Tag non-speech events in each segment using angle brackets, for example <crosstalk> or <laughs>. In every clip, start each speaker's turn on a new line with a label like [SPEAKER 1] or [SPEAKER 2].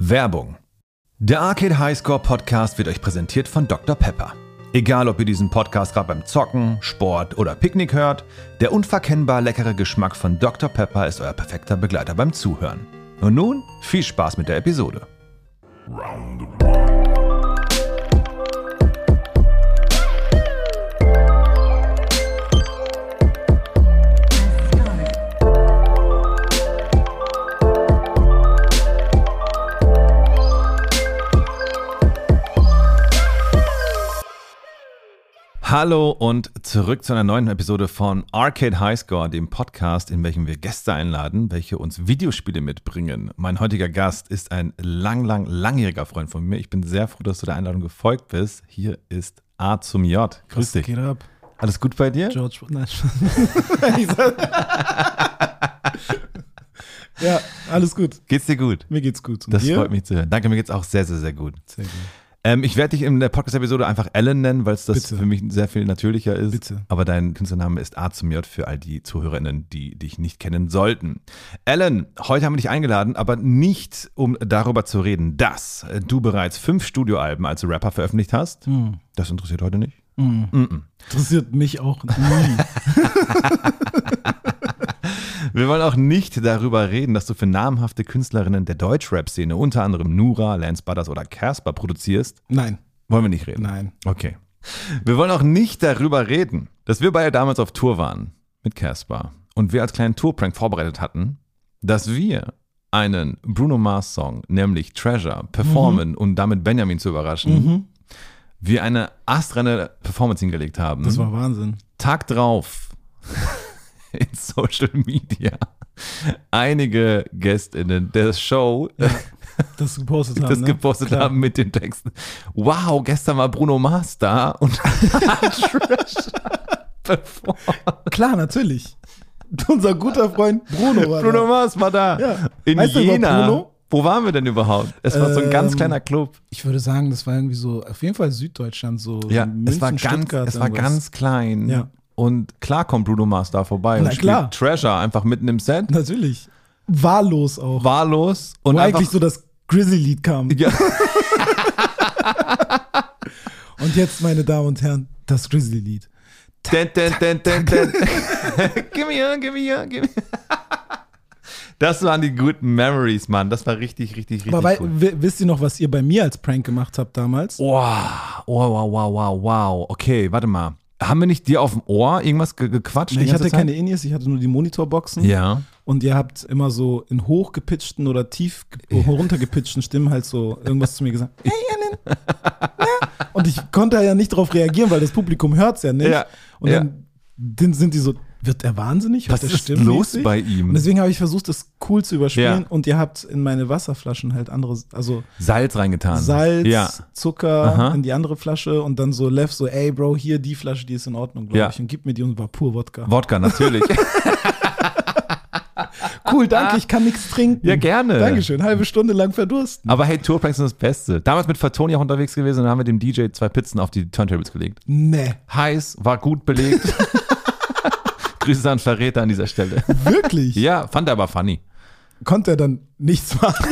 [SPEAKER 1] Werbung. Der Arcade Highscore Podcast wird euch präsentiert von Dr. Pepper. Egal, ob ihr diesen Podcast gerade beim Zocken, Sport oder Picknick hört, der unverkennbar leckere Geschmack von Dr. Pepper ist euer perfekter Begleiter beim Zuhören. Und nun viel Spaß mit der Episode. Hallo und zurück zu einer neuen Episode von Arcade Highscore, dem Podcast, in welchem wir Gäste einladen, welche uns Videospiele mitbringen. Mein heutiger Gast ist ein lang, lang, langjähriger Freund von mir. Ich bin sehr froh, dass du der Einladung gefolgt bist. Hier ist A zum J. Grüß
[SPEAKER 2] Was
[SPEAKER 1] dich.
[SPEAKER 2] Geht ab,
[SPEAKER 1] Alles gut bei dir? <laughs>
[SPEAKER 2] George. Nein. Ich sag- ja, alles gut.
[SPEAKER 1] Geht's dir gut?
[SPEAKER 2] Mir geht's gut. Und
[SPEAKER 1] Das
[SPEAKER 2] dir?
[SPEAKER 1] freut mich zu hören. Danke, mir geht's auch sehr, sehr, sehr gut.
[SPEAKER 2] Sehr gut.
[SPEAKER 1] Ähm, ich werde dich in der Podcast-Episode einfach Alan nennen, weil es das
[SPEAKER 2] Bitte.
[SPEAKER 1] für mich sehr viel natürlicher ist.
[SPEAKER 2] Bitte.
[SPEAKER 1] Aber dein Künstlername ist A zum J für all die ZuhörerInnen, die dich nicht kennen sollten. Alan, heute haben wir dich eingeladen, aber nicht, um darüber zu reden, dass äh, du bereits fünf Studioalben als Rapper veröffentlicht hast.
[SPEAKER 2] Hm.
[SPEAKER 1] Das interessiert heute nicht.
[SPEAKER 2] Interessiert mich auch nie.
[SPEAKER 1] Wir wollen auch nicht darüber reden, dass du für namhafte Künstlerinnen der Deutschrap-Szene, unter anderem Nura, Lance Butters oder Casper, produzierst.
[SPEAKER 2] Nein,
[SPEAKER 1] Wollen wir nicht reden.
[SPEAKER 2] nein.
[SPEAKER 1] Okay. Wir wollen auch nicht darüber reden, dass wir beide damals auf Tour waren mit Caspar und wir als kleinen Tourprank vorbereitet hatten, dass wir einen Bruno Mars Song, nämlich Treasure, performen
[SPEAKER 2] Mhm.
[SPEAKER 1] und um damit Benjamin zu überraschen. Wir eine astreine Performance hingelegt haben.
[SPEAKER 2] Das war Wahnsinn.
[SPEAKER 1] Tag drauf <laughs> in Social Media. Einige GästInnen der Show
[SPEAKER 2] Das gepostet haben.
[SPEAKER 1] das
[SPEAKER 2] ne?
[SPEAKER 1] gepostet
[SPEAKER 2] Klar.
[SPEAKER 1] haben mit den Texten. Wow, gestern war Bruno Mars da und Bevor
[SPEAKER 2] Klar, natürlich. <laughs> Unser guter Freund Bruno war
[SPEAKER 1] Bruno
[SPEAKER 2] da.
[SPEAKER 1] Mars war da.
[SPEAKER 2] Ja.
[SPEAKER 1] In
[SPEAKER 2] Weißt du über
[SPEAKER 1] Jena.
[SPEAKER 2] Bruno?
[SPEAKER 1] Wo waren wir denn überhaupt? Es war so ein ganz
[SPEAKER 2] Ähm,
[SPEAKER 1] kleiner Club.
[SPEAKER 2] Ich würde sagen, das war irgendwie so, auf jeden Fall Süddeutschland, so
[SPEAKER 1] Ja,
[SPEAKER 2] München,
[SPEAKER 1] es war ganz,
[SPEAKER 2] Stuttgart,
[SPEAKER 1] es war
[SPEAKER 2] irgendwas.
[SPEAKER 1] ganz klein.
[SPEAKER 2] Ja.
[SPEAKER 1] Und klar kommt Bruno Mars da vorbei und
[SPEAKER 2] Na
[SPEAKER 1] spielt
[SPEAKER 2] klar.
[SPEAKER 1] Treasure einfach mitten im Set.
[SPEAKER 2] Natürlich. Wahllos auch.
[SPEAKER 1] Wahllos und
[SPEAKER 2] Wo
[SPEAKER 1] einfach
[SPEAKER 2] eigentlich so das Grizzly-Lied kam.
[SPEAKER 1] Ja.
[SPEAKER 2] <laughs> Und jetzt, meine Damen und Herren, das Grizzly-Lied.
[SPEAKER 1] <laughs> Dun, dun, dun, dun, dun. <laughs> Gimme her, gimme her, <laughs> gimme. Das waren die guten Memories, Mann. Das war richtig, richtig, richtig
[SPEAKER 2] Aber wei-
[SPEAKER 1] cool. Oh,
[SPEAKER 2] wi- wisst ihr noch, was ihr bei mir als Prank gemacht habt damals?
[SPEAKER 1] Wow, wow, wow, wow, wow, wow. Okay, warte mal. Haben wir nicht dir auf dem Ohr irgendwas ge gequatscht? die
[SPEAKER 2] ich
[SPEAKER 1] ganze
[SPEAKER 2] hatte
[SPEAKER 1] Zeit?
[SPEAKER 2] keine In-Ears, ich hatte nur die Monitorboxen.
[SPEAKER 1] Ja.
[SPEAKER 2] Und ihr habt immer so in hochgepitchten oder tief ge- runtergepitchten Stimmen halt so irgendwas zu
[SPEAKER 1] <laughs>
[SPEAKER 2] mir gesagt. Hey, Alan. Ja? Und ich konnte ja nicht darauf reagieren, weil das Publikum hört's ja nicht.
[SPEAKER 1] Ja,
[SPEAKER 2] Und
[SPEAKER 1] ja.
[SPEAKER 2] dann, dann sind die so, wird er wahnsinnig? Hört
[SPEAKER 1] Was
[SPEAKER 2] er
[SPEAKER 1] ist
[SPEAKER 2] stimmenmäßig?
[SPEAKER 1] los bei ihm?
[SPEAKER 2] Und deswegen habe ich versucht, das cool zu überspielen.
[SPEAKER 1] Ja.
[SPEAKER 2] Und ihr habt in meine Wasserflaschen halt andere, also
[SPEAKER 1] Salz reingetan.
[SPEAKER 2] Salz,
[SPEAKER 1] Ja.
[SPEAKER 2] Zucker
[SPEAKER 1] Aha.
[SPEAKER 2] in die andere Flasche und dann so Lev so, ey Bro, hier die Flasche, die ist in Ordnung, glaube
[SPEAKER 1] Ja.
[SPEAKER 2] ich. Und gib mir die und war pur Wodka.
[SPEAKER 1] Wodka, natürlich.
[SPEAKER 2] Cool, danke, ich kann nichts trinken.
[SPEAKER 1] Ah. Ja, gerne.
[SPEAKER 2] Dankeschön, halbe Stunde lang verdursten.
[SPEAKER 1] Aber hey, Tourpranks sind das Beste. Damals mit Fatoni auch unterwegs gewesen und dann haben wir dem DJ zwei Pizzen auf die Turntables gelegt.
[SPEAKER 2] Nee,
[SPEAKER 1] Heiß, war gut belegt. Grüße an Verräter an dieser Stelle. <laughs>
[SPEAKER 2] wirklich?
[SPEAKER 1] Ja, fand er aber funny.
[SPEAKER 2] Konnte er dann nichts machen.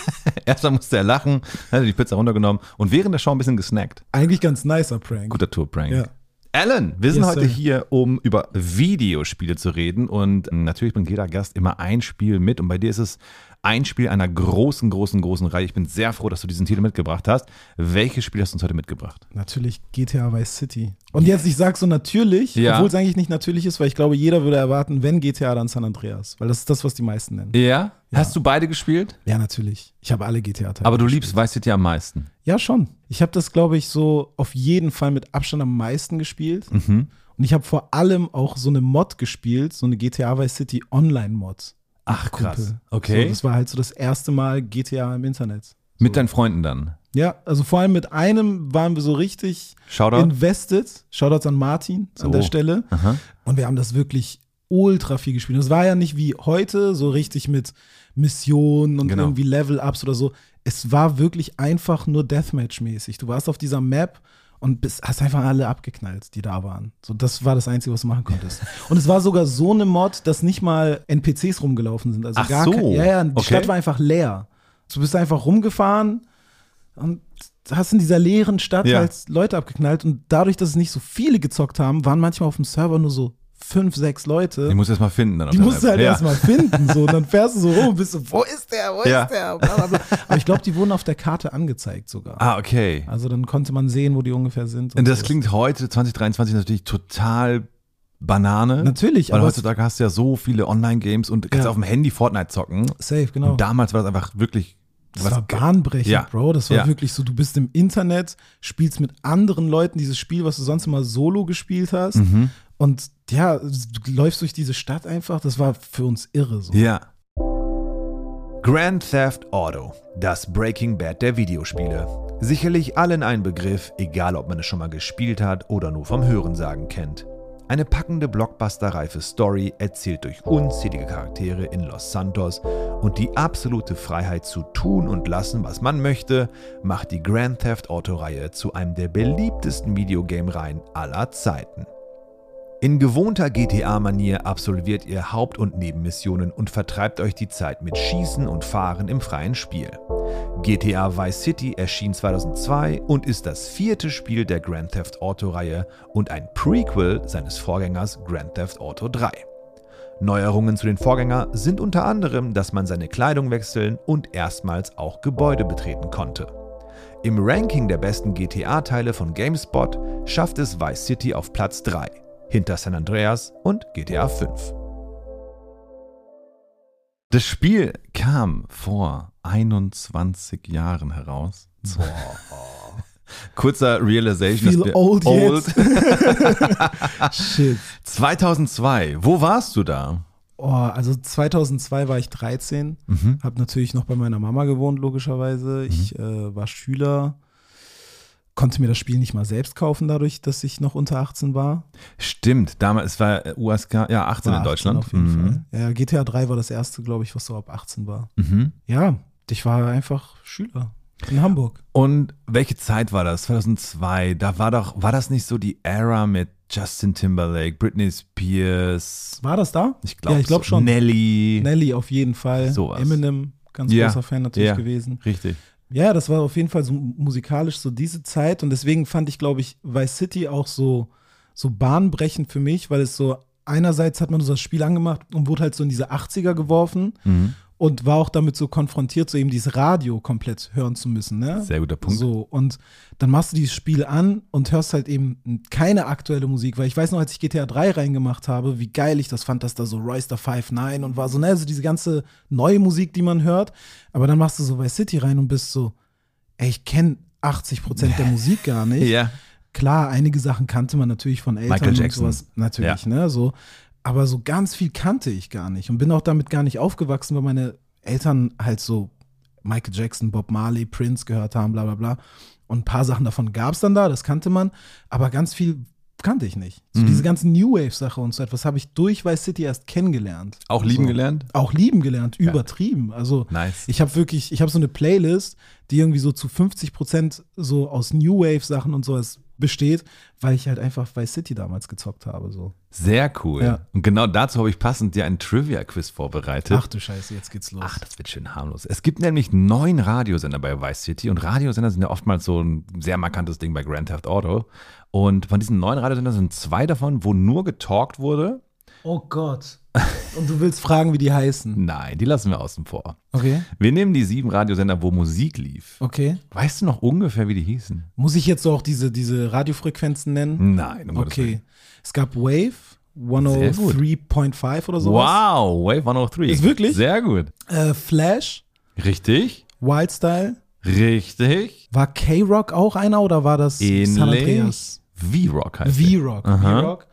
[SPEAKER 2] <laughs>
[SPEAKER 1] Erstmal musste er lachen, dann hat er die Pizza runtergenommen und während der Show ein bisschen gesnackt.
[SPEAKER 2] Eigentlich ganz nicer Prank.
[SPEAKER 1] Guter Tourprank.
[SPEAKER 2] Ja.
[SPEAKER 1] Alan, wir sind
[SPEAKER 2] Yes,
[SPEAKER 1] heute
[SPEAKER 2] sir.
[SPEAKER 1] hier, um über Videospiele zu reden und ähm, natürlich bringt jeder Gast immer ein Spiel mit und bei dir ist es ein Spiel einer großen, großen, großen Reihe. Ich bin sehr froh, dass du diesen Titel mitgebracht hast. Welches Spiel hast du uns heute mitgebracht?
[SPEAKER 2] Natürlich GTA Vice City. Und jetzt, ich sag so natürlich,
[SPEAKER 1] Ja.
[SPEAKER 2] obwohl es eigentlich nicht natürlich ist, weil ich glaube, jeder würde erwarten, wenn GTA, dann San Andreas. Weil das ist das, was die meisten nennen.
[SPEAKER 1] Ja? Hast du beide gespielt?
[SPEAKER 2] Ja, natürlich. Ich habe alle GTA-Teile.
[SPEAKER 1] Aber du liebst Vice City am meisten.
[SPEAKER 2] Ja, schon. Ich habe das, glaube ich, so auf jeden Fall mit Abstand am meisten gespielt.
[SPEAKER 1] Mhm.
[SPEAKER 2] Und ich habe vor allem auch so eine Mod gespielt, so eine GTA Vice City Online-Mod.
[SPEAKER 1] Ach
[SPEAKER 2] Kumpel. So,
[SPEAKER 1] Okay.
[SPEAKER 2] das war halt so das erste Mal GTA im Internet.
[SPEAKER 1] mit deinen Freunden dann.
[SPEAKER 2] Ja, also vor allem mit einem waren wir so richtig
[SPEAKER 1] Shoutout.
[SPEAKER 2] invested. Shoutouts an Martin
[SPEAKER 1] So.
[SPEAKER 2] an der Stelle.
[SPEAKER 1] Aha.
[SPEAKER 2] Und wir haben das wirklich ultra viel gespielt. Das war ja nicht wie heute, so richtig mit Missionen und
[SPEAKER 1] Genau.
[SPEAKER 2] irgendwie Level-Ups oder so. Es war wirklich einfach nur Deathmatch-mäßig. Du warst auf dieser Map und bist, hast einfach alle abgeknallt, die da waren. So, das war das Einzige, was du
[SPEAKER 1] <laughs>
[SPEAKER 2] machen konntest. und es war sogar so eine Mod, dass nicht mal NPCs rumgelaufen sind. Also
[SPEAKER 1] Ach
[SPEAKER 2] gar
[SPEAKER 1] so.
[SPEAKER 2] kein, ja, ja, die
[SPEAKER 1] Okay.
[SPEAKER 2] Stadt war einfach leer. Du bist einfach rumgefahren und hast in dieser leeren Stadt
[SPEAKER 1] Ja.
[SPEAKER 2] halt Leute abgeknallt. Und dadurch, dass es nicht so viele gezockt haben, waren manchmal auf dem Server nur so fünf, sechs Leute.
[SPEAKER 1] Die musst du erstmal finden. Dann auf
[SPEAKER 2] Die
[SPEAKER 1] der
[SPEAKER 2] musst du
[SPEAKER 1] Map.
[SPEAKER 2] halt
[SPEAKER 1] ja.
[SPEAKER 2] erstmal finden. So. Und dann fährst du so rum und bist so, wo ist der? Wo
[SPEAKER 1] Ja.
[SPEAKER 2] ist der? Bla, bla, bla. Aber ich glaube, die wurden auf der Karte angezeigt sogar.
[SPEAKER 1] Ah, okay.
[SPEAKER 2] Also dann konnte man sehen, wo die ungefähr sind. und
[SPEAKER 1] Und das
[SPEAKER 2] so.
[SPEAKER 1] klingt heute, 2023, natürlich total Banane.
[SPEAKER 2] Natürlich,
[SPEAKER 1] ne? Weil
[SPEAKER 2] aber-
[SPEAKER 1] heutzutage hast du ja so viele Online-Games und kannst
[SPEAKER 2] Ja.
[SPEAKER 1] auf dem Handy Fortnite zocken.
[SPEAKER 2] safe, genau.
[SPEAKER 1] Und damals war das einfach wirklich.
[SPEAKER 2] Das
[SPEAKER 1] was-
[SPEAKER 2] war bahnbrechend,
[SPEAKER 1] Ja.
[SPEAKER 2] Bro. Das war
[SPEAKER 1] Ja.
[SPEAKER 2] wirklich so, du bist im Internet, spielst mit anderen Leuten dieses Spiel, was du sonst immer solo gespielt hast.
[SPEAKER 1] Mhm.
[SPEAKER 2] Und ja, du läufst durch diese Stadt einfach. Das war für uns irre so.
[SPEAKER 1] ja. Grand Theft Auto, das Breaking Bad der Videospiele. Sicherlich allen ein Begriff, egal ob man es schon mal gespielt hat oder nur vom Hörensagen kennt. Eine packende blockbusterreife Story erzählt durch unzählige Charaktere in Los Santos und die absolute Freiheit zu tun und lassen, was man möchte, macht die Grand Theft Auto-Reihe zu einem der beliebtesten Videogame-Reihen aller Zeiten. In gewohnter GTA-Manier absolviert ihr Haupt- und Nebenmissionen und vertreibt euch die Zeit mit Schießen und Fahren im freien Spiel. GTA Vice City erschien 2002 und ist das vierte Spiel der Grand Theft Auto-Reihe und ein Prequel seines Vorgängers Grand Theft Auto 3. Neuerungen zu den Vorgänger sind unter anderem, dass man seine Kleidung wechseln und erstmals auch Gebäude betreten konnte. Im Ranking der besten GTA-Teile von GameSpot schafft es Vice City auf Platz 3, hinter San Andreas und GTA 5. Das Spiel kam vor 21 Jahren heraus. <laughs> Kurzer Realization.
[SPEAKER 2] Feel
[SPEAKER 1] dass wir
[SPEAKER 2] old jetzt.
[SPEAKER 1] <laughs>
[SPEAKER 2] Shit.
[SPEAKER 1] 2002, wo warst du da?
[SPEAKER 2] Oh, also 2002 war ich 13, habe natürlich noch bei meiner Mama gewohnt, logischerweise.
[SPEAKER 1] Mhm.
[SPEAKER 2] Ich äh, war Schüler, konnte mir das Spiel nicht mal selbst kaufen, dadurch, dass ich noch unter 18 war.
[SPEAKER 1] Stimmt, damals war äh, USK, ja, 18
[SPEAKER 2] War
[SPEAKER 1] in
[SPEAKER 2] 18
[SPEAKER 1] Deutschland.
[SPEAKER 2] Auf jeden
[SPEAKER 1] Mhm.
[SPEAKER 2] Fall. Ja, GTA 3 war das erste, glaube ich, was so ab 18 war.
[SPEAKER 1] Mhm.
[SPEAKER 2] Ja, ich war einfach Schüler in Hamburg.
[SPEAKER 1] Und welche Zeit war das? 2002, da war doch, war das nicht so die Ära mit Justin Timberlake, Britney Spears,
[SPEAKER 2] War das da?
[SPEAKER 1] ich glaube
[SPEAKER 2] ja, ich glaube
[SPEAKER 1] so,
[SPEAKER 2] schon.
[SPEAKER 1] Nelly.
[SPEAKER 2] Nelly auf jeden Fall.
[SPEAKER 1] Sowas.
[SPEAKER 2] Eminem, ganz
[SPEAKER 1] Ja.
[SPEAKER 2] großer Fan natürlich
[SPEAKER 1] Ja.
[SPEAKER 2] gewesen.
[SPEAKER 1] Richtig.
[SPEAKER 2] Ja, das war auf jeden Fall so musikalisch so diese Zeit und deswegen fand ich, glaube ich, Vice City auch so, so bahnbrechend für mich, weil es so, einerseits hat man so das Spiel angemacht und wurde halt so in diese 80er geworfen
[SPEAKER 1] Mhm.
[SPEAKER 2] und war auch damit so konfrontiert, so eben dieses Radio komplett hören zu müssen. Ne?
[SPEAKER 1] Sehr guter Punkt.
[SPEAKER 2] So, und dann machst du dieses Spiel an und hörst halt eben keine aktuelle Musik, weil ich weiß noch, als ich GTA 3 reingemacht habe, wie geil ich das fand, dass da so Royster 5.9 und war so, ne, also diese ganze neue Musik, die man hört. Aber dann machst du so bei City rein und bist so, ey, ich kenne 80 Prozent der Musik gar nicht.
[SPEAKER 1] Ja.
[SPEAKER 2] Klar, einige Sachen kannte man natürlich von Eltern
[SPEAKER 1] Michael Jackson.
[SPEAKER 2] und sowas natürlich, ne, so. Aber so ganz viel kannte ich gar nicht und bin auch damit gar nicht aufgewachsen, weil meine Eltern halt so Michael Jackson, Bob Marley, Prince gehört haben, bla bla bla. Und ein paar Sachen davon gab es dann da, das kannte man, aber ganz viel kannte ich nicht. So
[SPEAKER 1] Mhm.
[SPEAKER 2] diese ganze New Wave-Sache und so etwas habe ich durch Vice City erst kennengelernt.
[SPEAKER 1] Auch lieben
[SPEAKER 2] so.
[SPEAKER 1] gelernt?
[SPEAKER 2] Auch lieben gelernt, übertrieben. Also
[SPEAKER 1] Nice.
[SPEAKER 2] ich habe wirklich, ich habe so eine Playlist, die irgendwie so zu 50 Prozent so aus New Wave-Sachen und sowas besteht, weil ich halt einfach Vice City damals gezockt habe. So.
[SPEAKER 1] Sehr cool.
[SPEAKER 2] Ja.
[SPEAKER 1] Und genau dazu habe ich passend dir einen Trivia-Quiz vorbereitet.
[SPEAKER 2] Ach du Scheiße, jetzt geht's los.
[SPEAKER 1] Ach, das wird schön harmlos. Es gibt nämlich neun Radiosender bei Vice City und Radiosender sind ja oftmals so ein sehr markantes Ding bei Grand Theft Auto. Und von diesen neun Radiosendern sind zwei davon, wo nur getalkt wurde.
[SPEAKER 2] Oh Gott. <laughs> Und du willst fragen, wie die heißen.
[SPEAKER 1] Nein, die lassen wir außen vor.
[SPEAKER 2] Okay.
[SPEAKER 1] Wir nehmen die sieben Radiosender, wo Musik lief.
[SPEAKER 2] Okay.
[SPEAKER 1] Weißt du noch ungefähr, wie die hießen?
[SPEAKER 2] Muss ich jetzt so auch diese, diese Radiofrequenzen nennen?
[SPEAKER 1] Nein, um Gottes Willen.
[SPEAKER 2] Okay. Es gab Wave
[SPEAKER 1] Sehr gut.
[SPEAKER 2] 103.5 oder sowas.
[SPEAKER 1] Wow, Wave 103.
[SPEAKER 2] Ist wirklich?
[SPEAKER 1] Sehr gut.
[SPEAKER 2] Äh, Flash,
[SPEAKER 1] Richtig?
[SPEAKER 2] Wildstyle.
[SPEAKER 1] Richtig?
[SPEAKER 2] War K-Rock auch einer oder war das San Andreas?
[SPEAKER 1] Ähnlich. V-Rock heißt der.
[SPEAKER 2] V-Rock. V-Rock.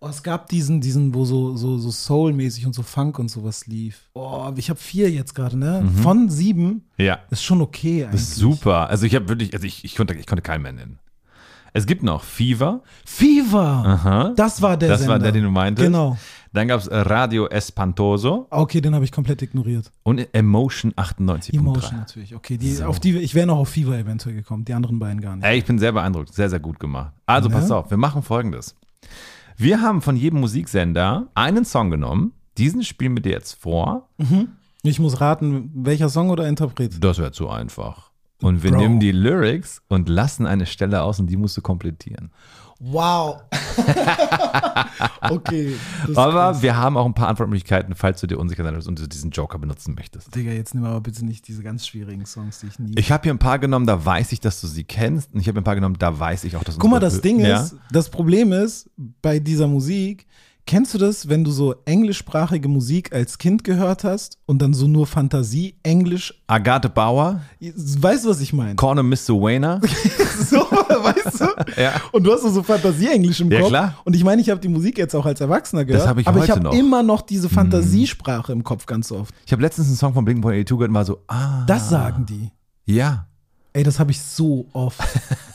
[SPEAKER 2] Oh, es gab diesen, diesen, wo so, so, so Soul-mäßig und so Funk und sowas lief. Oh, ich habe vier jetzt gerade, ne?
[SPEAKER 1] Mhm.
[SPEAKER 2] Von sieben
[SPEAKER 1] Ja.
[SPEAKER 2] ist schon okay eigentlich.
[SPEAKER 1] Super. Also ich habe wirklich, also ich, ich, konnte, ich konnte keinen mehr nennen. Es gibt noch Fever.
[SPEAKER 2] Fever! Das war der
[SPEAKER 1] das
[SPEAKER 2] Sender.
[SPEAKER 1] war der, den du meintest.
[SPEAKER 2] Genau. Ah,
[SPEAKER 1] Dann gab es Radio Espantoso
[SPEAKER 2] Okay, den habe ich komplett ignoriert.
[SPEAKER 1] und Emotion 98.3.
[SPEAKER 2] Emotion natürlich. Okay, die, auf die ich wäre noch auf Fever eventuell gekommen, die anderen beiden gar nicht.
[SPEAKER 1] Ey, ich bin sehr beeindruckt. Sehr, sehr gut gemacht. Also
[SPEAKER 2] Ne?
[SPEAKER 1] pass auf, wir machen folgendes. Wir haben von jedem Musiksender einen Song genommen, diesen spielen wir dir jetzt vor
[SPEAKER 2] Ich muss raten, welcher Song oder Interpret.
[SPEAKER 1] Das wäre zu einfach. Und wir
[SPEAKER 2] Bro.
[SPEAKER 1] nehmen die Lyrics und lassen eine Stelle aus und die musst du komplettieren.
[SPEAKER 2] Wow. <laughs> okay. das ist
[SPEAKER 1] Aber
[SPEAKER 2] krass.
[SPEAKER 1] wir haben auch ein paar Antwortmöglichkeiten, falls du dir unsicher sein bist und du diesen Joker benutzen möchtest.
[SPEAKER 2] Digga, jetzt nimm aber bitte nicht diese ganz schwierigen Songs, die ich nie.
[SPEAKER 1] Ich habe hier ein paar genommen, da weiß ich, dass du sie kennst. Und ich habe ein paar genommen, da weiß ich auch, dass du
[SPEAKER 2] Guck mal, das Ding
[SPEAKER 1] ja?
[SPEAKER 2] ist, das Problem ist, bei dieser Musik, kennst du das, wenn du so englischsprachige Musik als Kind gehört hast und dann so nur Fantasie, Englisch,
[SPEAKER 1] Agathe Bauer,
[SPEAKER 2] weißt du, was ich meine?
[SPEAKER 1] Corner Miss Wayner.
[SPEAKER 2] So, weißt du?
[SPEAKER 1] <laughs> Ja.
[SPEAKER 2] Und du hast so so Fantasie-Englisch im
[SPEAKER 1] Ja,
[SPEAKER 2] Kopf.
[SPEAKER 1] klar.
[SPEAKER 2] Und ich meine, ich habe die Musik jetzt auch als Erwachsener gehört.
[SPEAKER 1] hab ich
[SPEAKER 2] aber ich
[SPEAKER 1] heute
[SPEAKER 2] habe
[SPEAKER 1] noch. Mhm.
[SPEAKER 2] immer noch diese Fantasiesprache im Kopf ganz oft.
[SPEAKER 1] Ich habe letztens einen Song von Blink-182 gehört und war so, ah,
[SPEAKER 2] Das sagen die.
[SPEAKER 1] ja.
[SPEAKER 2] Ey, das habe ich so oft.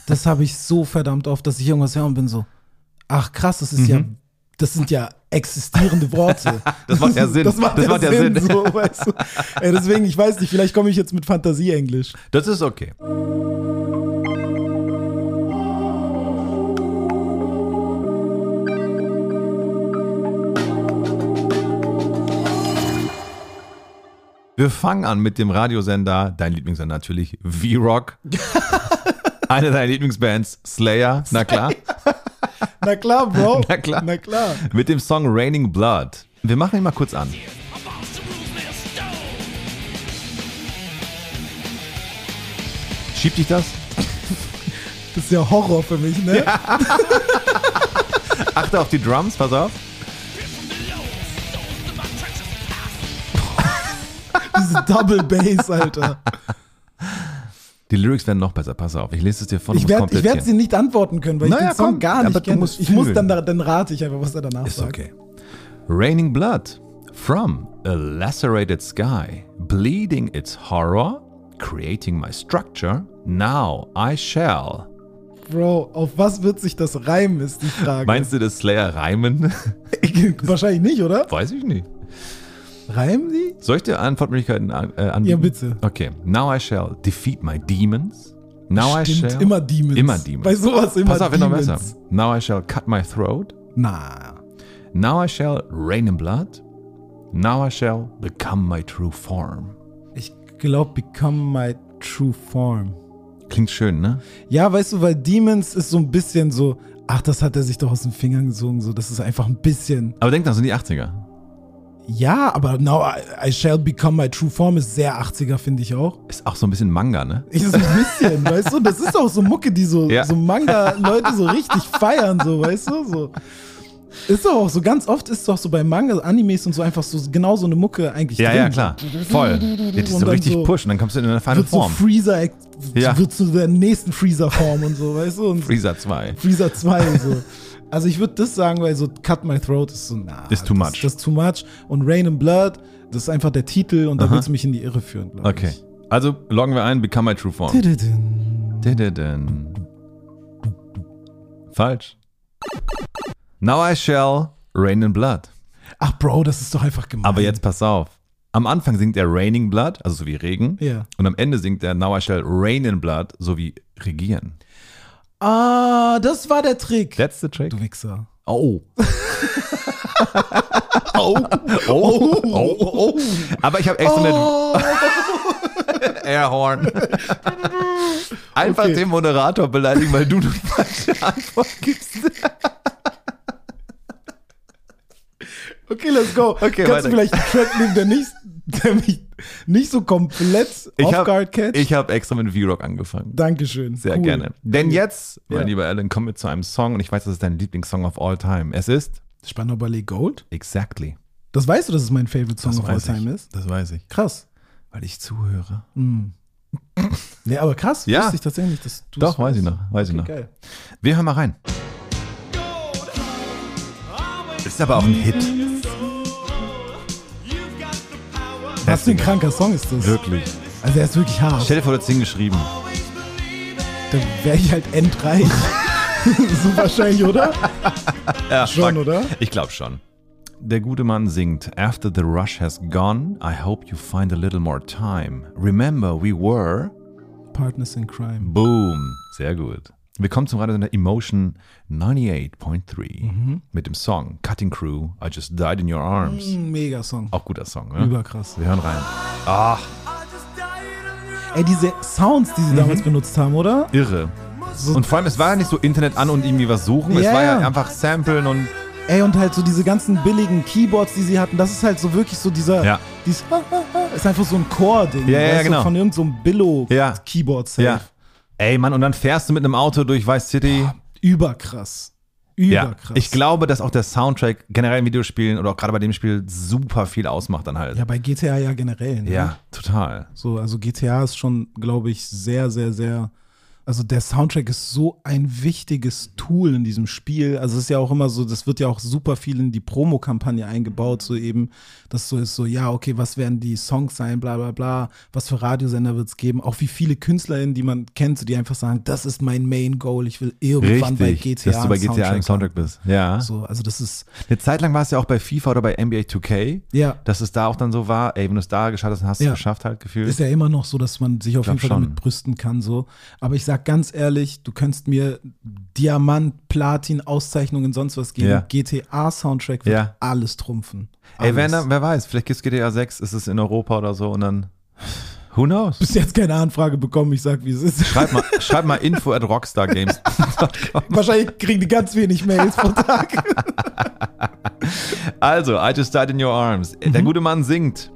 [SPEAKER 2] Das habe ich so verdammt oft, dass ich irgendwas höre und bin so, ach krass, das ist ja, das sind ja existierende Worte.
[SPEAKER 1] Mhm. <laughs> Das macht ja Sinn.
[SPEAKER 2] Das macht,
[SPEAKER 1] Das
[SPEAKER 2] ja
[SPEAKER 1] macht ja
[SPEAKER 2] Sinn.
[SPEAKER 1] Sinn.
[SPEAKER 2] So, weißt du? Ey, deswegen, ich weiß nicht, vielleicht komme ich jetzt mit Fantasie-Englisch.
[SPEAKER 1] Das ist okay. Wir fangen an mit dem Radiosender, dein Lieblingssender natürlich, <laughs> V-Rock. Eine deiner Lieblingsbands, Slayer, na klar.
[SPEAKER 2] Na klar, Bro.
[SPEAKER 1] <laughs> Na klar.
[SPEAKER 2] Na klar.
[SPEAKER 1] Mit dem Song Raining Blood. Wir machen ihn mal kurz an. Schiebt dich das?
[SPEAKER 2] Das ist ja Horror für mich, ne?
[SPEAKER 1] Achte auf die Drums, pass auf.
[SPEAKER 2] Diese Double Bass, Alter.
[SPEAKER 1] Die Lyrics werden noch besser, pass auf. Ich lese es dir von
[SPEAKER 2] Ich
[SPEAKER 1] und muss
[SPEAKER 2] werde werd sie
[SPEAKER 1] komplettieren.
[SPEAKER 2] nicht antworten können, weil
[SPEAKER 1] Naja,
[SPEAKER 2] ich den Song
[SPEAKER 1] komm,
[SPEAKER 2] gar
[SPEAKER 1] aber
[SPEAKER 2] nicht
[SPEAKER 1] du
[SPEAKER 2] kenne.
[SPEAKER 1] musst
[SPEAKER 2] Ich muss
[SPEAKER 1] fühlen.
[SPEAKER 2] dann, da- dann rate ich einfach, was er danach
[SPEAKER 1] Ist
[SPEAKER 2] sagt.
[SPEAKER 1] okay. Raining Blood. From a lacerated sky, bleeding its horror, creating my structure, now I shall.
[SPEAKER 2] Bro, auf was wird sich das reimen, ist die Frage.
[SPEAKER 1] Meinst du, das Slayer reimen? <laughs>
[SPEAKER 2] Wahrscheinlich nicht, oder?
[SPEAKER 1] Weiß ich nicht.
[SPEAKER 2] Reimen die?
[SPEAKER 1] Soll ich dir Antwortmöglichkeiten an, äh, anbieten?
[SPEAKER 2] Ja, bitte.
[SPEAKER 1] Okay. Now I shall defeat my demons. Now I
[SPEAKER 2] Stimmt,
[SPEAKER 1] shall.
[SPEAKER 2] immer Demons.
[SPEAKER 1] Genau, Immer Demons.
[SPEAKER 2] Bei sowas immer
[SPEAKER 1] Pass auf, wird noch
[SPEAKER 2] Demons.
[SPEAKER 1] besser. Now I shall cut my throat.
[SPEAKER 2] Na,
[SPEAKER 1] Now I shall reign in blood. Now I shall become my true form.
[SPEAKER 2] ich glaube, become my true form.
[SPEAKER 1] Klingt schön, ne?
[SPEAKER 2] Ja, weißt du, weil Demons ist so ein bisschen so, ach, das hat er sich doch aus den Fingern gesogen, so, das ist einfach ein bisschen.
[SPEAKER 1] Aber denk dran, das sind die 80er.
[SPEAKER 2] Ja, aber now I, I shall become my true form ist sehr 80er, finde ich auch.
[SPEAKER 1] Ist auch so ein bisschen Manga, ne?
[SPEAKER 2] Ich so ein bisschen, weißt du? Das ist auch so Mucke, die so,
[SPEAKER 1] Ja.
[SPEAKER 2] so Manga-Leute so richtig feiern, so, weißt du? So. Ist doch auch so, ganz oft ist doch so bei Manga, Animes und so einfach so genau so eine Mucke eigentlich
[SPEAKER 1] Ja,
[SPEAKER 2] drin.
[SPEAKER 1] ja, klar. Voll. Ja, die ist
[SPEAKER 2] Und
[SPEAKER 1] so
[SPEAKER 2] dann
[SPEAKER 1] richtig
[SPEAKER 2] so-
[SPEAKER 1] pushen, dann kommst du in eine feine
[SPEAKER 2] Wird so
[SPEAKER 1] Form.
[SPEAKER 2] Freezer,
[SPEAKER 1] Ja.
[SPEAKER 2] wird zu der nächsten Freezer-Form und so, weißt du? Und
[SPEAKER 1] Freezer 2.
[SPEAKER 2] Freezer 2, so. Also ich würde das sagen, weil so Cut My Throat ist so, na.
[SPEAKER 1] Ist too
[SPEAKER 2] das,
[SPEAKER 1] much.
[SPEAKER 2] Das ist too much. Und Rain and Blood, das ist einfach der Titel und da willst du mich in die Irre führen, glaube
[SPEAKER 1] Okay. Also loggen wir ein, become my true form.
[SPEAKER 2] ich. Okay.
[SPEAKER 1] Dididin. Falsch. Now I shall rain in blood.
[SPEAKER 2] Ach, Bro, das ist doch einfach gemein.
[SPEAKER 1] Aber jetzt pass auf. Am Anfang singt er raining blood, also so wie Regen.
[SPEAKER 2] Ja.
[SPEAKER 1] Und am Ende singt er Now I shall rain in blood, so wie regieren.
[SPEAKER 2] Ah, das war der Trick.
[SPEAKER 1] That's the trick.
[SPEAKER 2] du Wichser.
[SPEAKER 1] Oh. oh. Oh. Oh. Oh. Aber ich habe extra
[SPEAKER 2] Oh.
[SPEAKER 1] mit Airhorn. Einfach
[SPEAKER 2] Okay.
[SPEAKER 1] den Moderator beleidigen, weil du eine falsche Antwort gibst.
[SPEAKER 2] Okay, let's go.
[SPEAKER 1] <laughs> Okay,
[SPEAKER 2] Kannst
[SPEAKER 1] weiter.
[SPEAKER 2] du vielleicht einen Track nehmen, der nicht, der mich nicht so komplett
[SPEAKER 1] Ich
[SPEAKER 2] off
[SPEAKER 1] habe
[SPEAKER 2] guard catch?
[SPEAKER 1] hab extra mit V-Rock angefangen.
[SPEAKER 2] Dankeschön.
[SPEAKER 1] Sehr
[SPEAKER 2] Cool.
[SPEAKER 1] gerne. Denn jetzt, mein
[SPEAKER 2] Ja.
[SPEAKER 1] lieber Alan, kommen wir zu einem Song und ich weiß, das ist dein Lieblingssong of all time. Es ist
[SPEAKER 2] Spanner Ballet Gold?
[SPEAKER 1] Exactly.
[SPEAKER 2] Das weißt du, dass es mein Favorite Song
[SPEAKER 1] Das
[SPEAKER 2] of all
[SPEAKER 1] weiß ich.
[SPEAKER 2] time ist?
[SPEAKER 1] Das weiß ich.
[SPEAKER 2] Krass.
[SPEAKER 1] Weil ich zuhöre.
[SPEAKER 2] Nee, aber krass.
[SPEAKER 1] Ja.
[SPEAKER 2] Wusste ich tatsächlich nicht, dass du
[SPEAKER 1] Doch,
[SPEAKER 2] es
[SPEAKER 1] weiß ich
[SPEAKER 2] weißt.
[SPEAKER 1] noch. Weiß ich noch.
[SPEAKER 2] Okay, geil.
[SPEAKER 1] Wir hören mal rein. Das ist aber auch ein Hit.
[SPEAKER 2] Was für ein
[SPEAKER 1] Heftiger.
[SPEAKER 2] kranker Song ist das?
[SPEAKER 1] ne? Wirklich.
[SPEAKER 2] Also, er ist wirklich hart.
[SPEAKER 1] Stell dir vor, du hast ihn geschrieben.
[SPEAKER 2] Dann wäre ich halt
[SPEAKER 1] <laughs>
[SPEAKER 2] endreich. <laughs> so wahrscheinlich, oder?
[SPEAKER 1] Ja,
[SPEAKER 2] Schon, oder?
[SPEAKER 1] Ich glaube schon. Der gute Mann singt After the rush has gone, I hope you find a little more time. Remember, we were.
[SPEAKER 2] Partners in Crime.
[SPEAKER 1] Boom. Sehr gut. Wir kommen zum Radiosender Emotion 98.3
[SPEAKER 2] Mhm.
[SPEAKER 1] mit dem Song Cutting Crew, I Just Died in Your Arms.
[SPEAKER 2] Mega Song.
[SPEAKER 1] Auch guter Song, ne?
[SPEAKER 2] Überkrass.
[SPEAKER 1] Wir hören rein. Ach,
[SPEAKER 2] Ey, diese Sounds,
[SPEAKER 1] Mhm.
[SPEAKER 2] die sie damals benutzt haben, oder?
[SPEAKER 1] irre.
[SPEAKER 2] So-
[SPEAKER 1] Und vor allem, es war ja nicht so Internet an und irgendwie was suchen. Es
[SPEAKER 2] Ja,
[SPEAKER 1] war ja
[SPEAKER 2] ja.
[SPEAKER 1] einfach Samplen und
[SPEAKER 2] Ey, und halt so diese ganzen billigen Keyboards, die sie hatten, das ist halt so wirklich so dieser.
[SPEAKER 1] Ja.
[SPEAKER 2] Dieses, ist einfach so ein Chor-Ding.
[SPEAKER 1] Ja, ja,
[SPEAKER 2] weißt
[SPEAKER 1] ja,
[SPEAKER 2] du,
[SPEAKER 1] genau.
[SPEAKER 2] Von irgendeinem
[SPEAKER 1] Ja.
[SPEAKER 2] Billo-Keyboard-Safe.
[SPEAKER 1] ja. Ey, Mann, und dann fährst du mit einem Auto durch Vice City.
[SPEAKER 2] Überkrass.
[SPEAKER 1] ja.
[SPEAKER 2] Überkrass.
[SPEAKER 1] Ich glaube, dass auch der Soundtrack generell in Videospielen oder auch gerade bei dem Spiel super viel ausmacht dann halt.
[SPEAKER 2] Ja, bei GTA ja generell. Ne?
[SPEAKER 1] ja total.
[SPEAKER 2] So, also GTA ist schon, glaube ich, sehr, sehr, sehr. Also der Soundtrack ist so ein wichtiges Tool in diesem Spiel. Also es ist ja auch immer so, das wird ja auch super viel in die Promo-Kampagne eingebaut, so eben, dass so ist so, ja, okay, was werden die Songs sein, bla bla bla, was für Radiosender wird es geben, auch wie viele KünstlerInnen, die man kennt, so, die einfach sagen, das ist mein Main Goal, ich will irgendwann bei GTA.
[SPEAKER 1] dass du bei
[SPEAKER 2] einen
[SPEAKER 1] GTA im Soundtrack bist. Ja.
[SPEAKER 2] haben. So, also das ist,
[SPEAKER 1] Eine Zeit lang war es ja auch bei FIFA oder bei NBA 2K,
[SPEAKER 2] ja,
[SPEAKER 1] dass es da auch dann so war, ey, wenn du es da geschafft hast, dann hast du
[SPEAKER 2] Ja.
[SPEAKER 1] es geschafft halt gefühlt.
[SPEAKER 2] Ist ja immer noch so, dass man sich auf
[SPEAKER 1] glaub
[SPEAKER 2] jeden Fall
[SPEAKER 1] schon.
[SPEAKER 2] damit brüsten kann, so. Aber ich sag ganz ehrlich, du könntest mir Diamant, Platin, Auszeichnungen, sonst was geben.
[SPEAKER 1] Ja.
[SPEAKER 2] GTA-Soundtrack wird
[SPEAKER 1] Ja.
[SPEAKER 2] alles trumpfen.
[SPEAKER 1] ey, wer,
[SPEAKER 2] Alles.
[SPEAKER 1] wer weiß, vielleicht gibt es GTA 6, ist es in Europa oder so und dann, who knows?
[SPEAKER 2] Bis jetzt keine Anfrage bekommen, ich sag, wie es
[SPEAKER 1] <laughs>
[SPEAKER 2] ist.
[SPEAKER 1] Schreib mal, schreib mal info at rockstargames.
[SPEAKER 2] Wahrscheinlich kriegen die ganz wenig Mails pro Tag.
[SPEAKER 1] <laughs> Also, I just died in your arms.
[SPEAKER 2] Mhm.
[SPEAKER 1] Der gute Mann singt.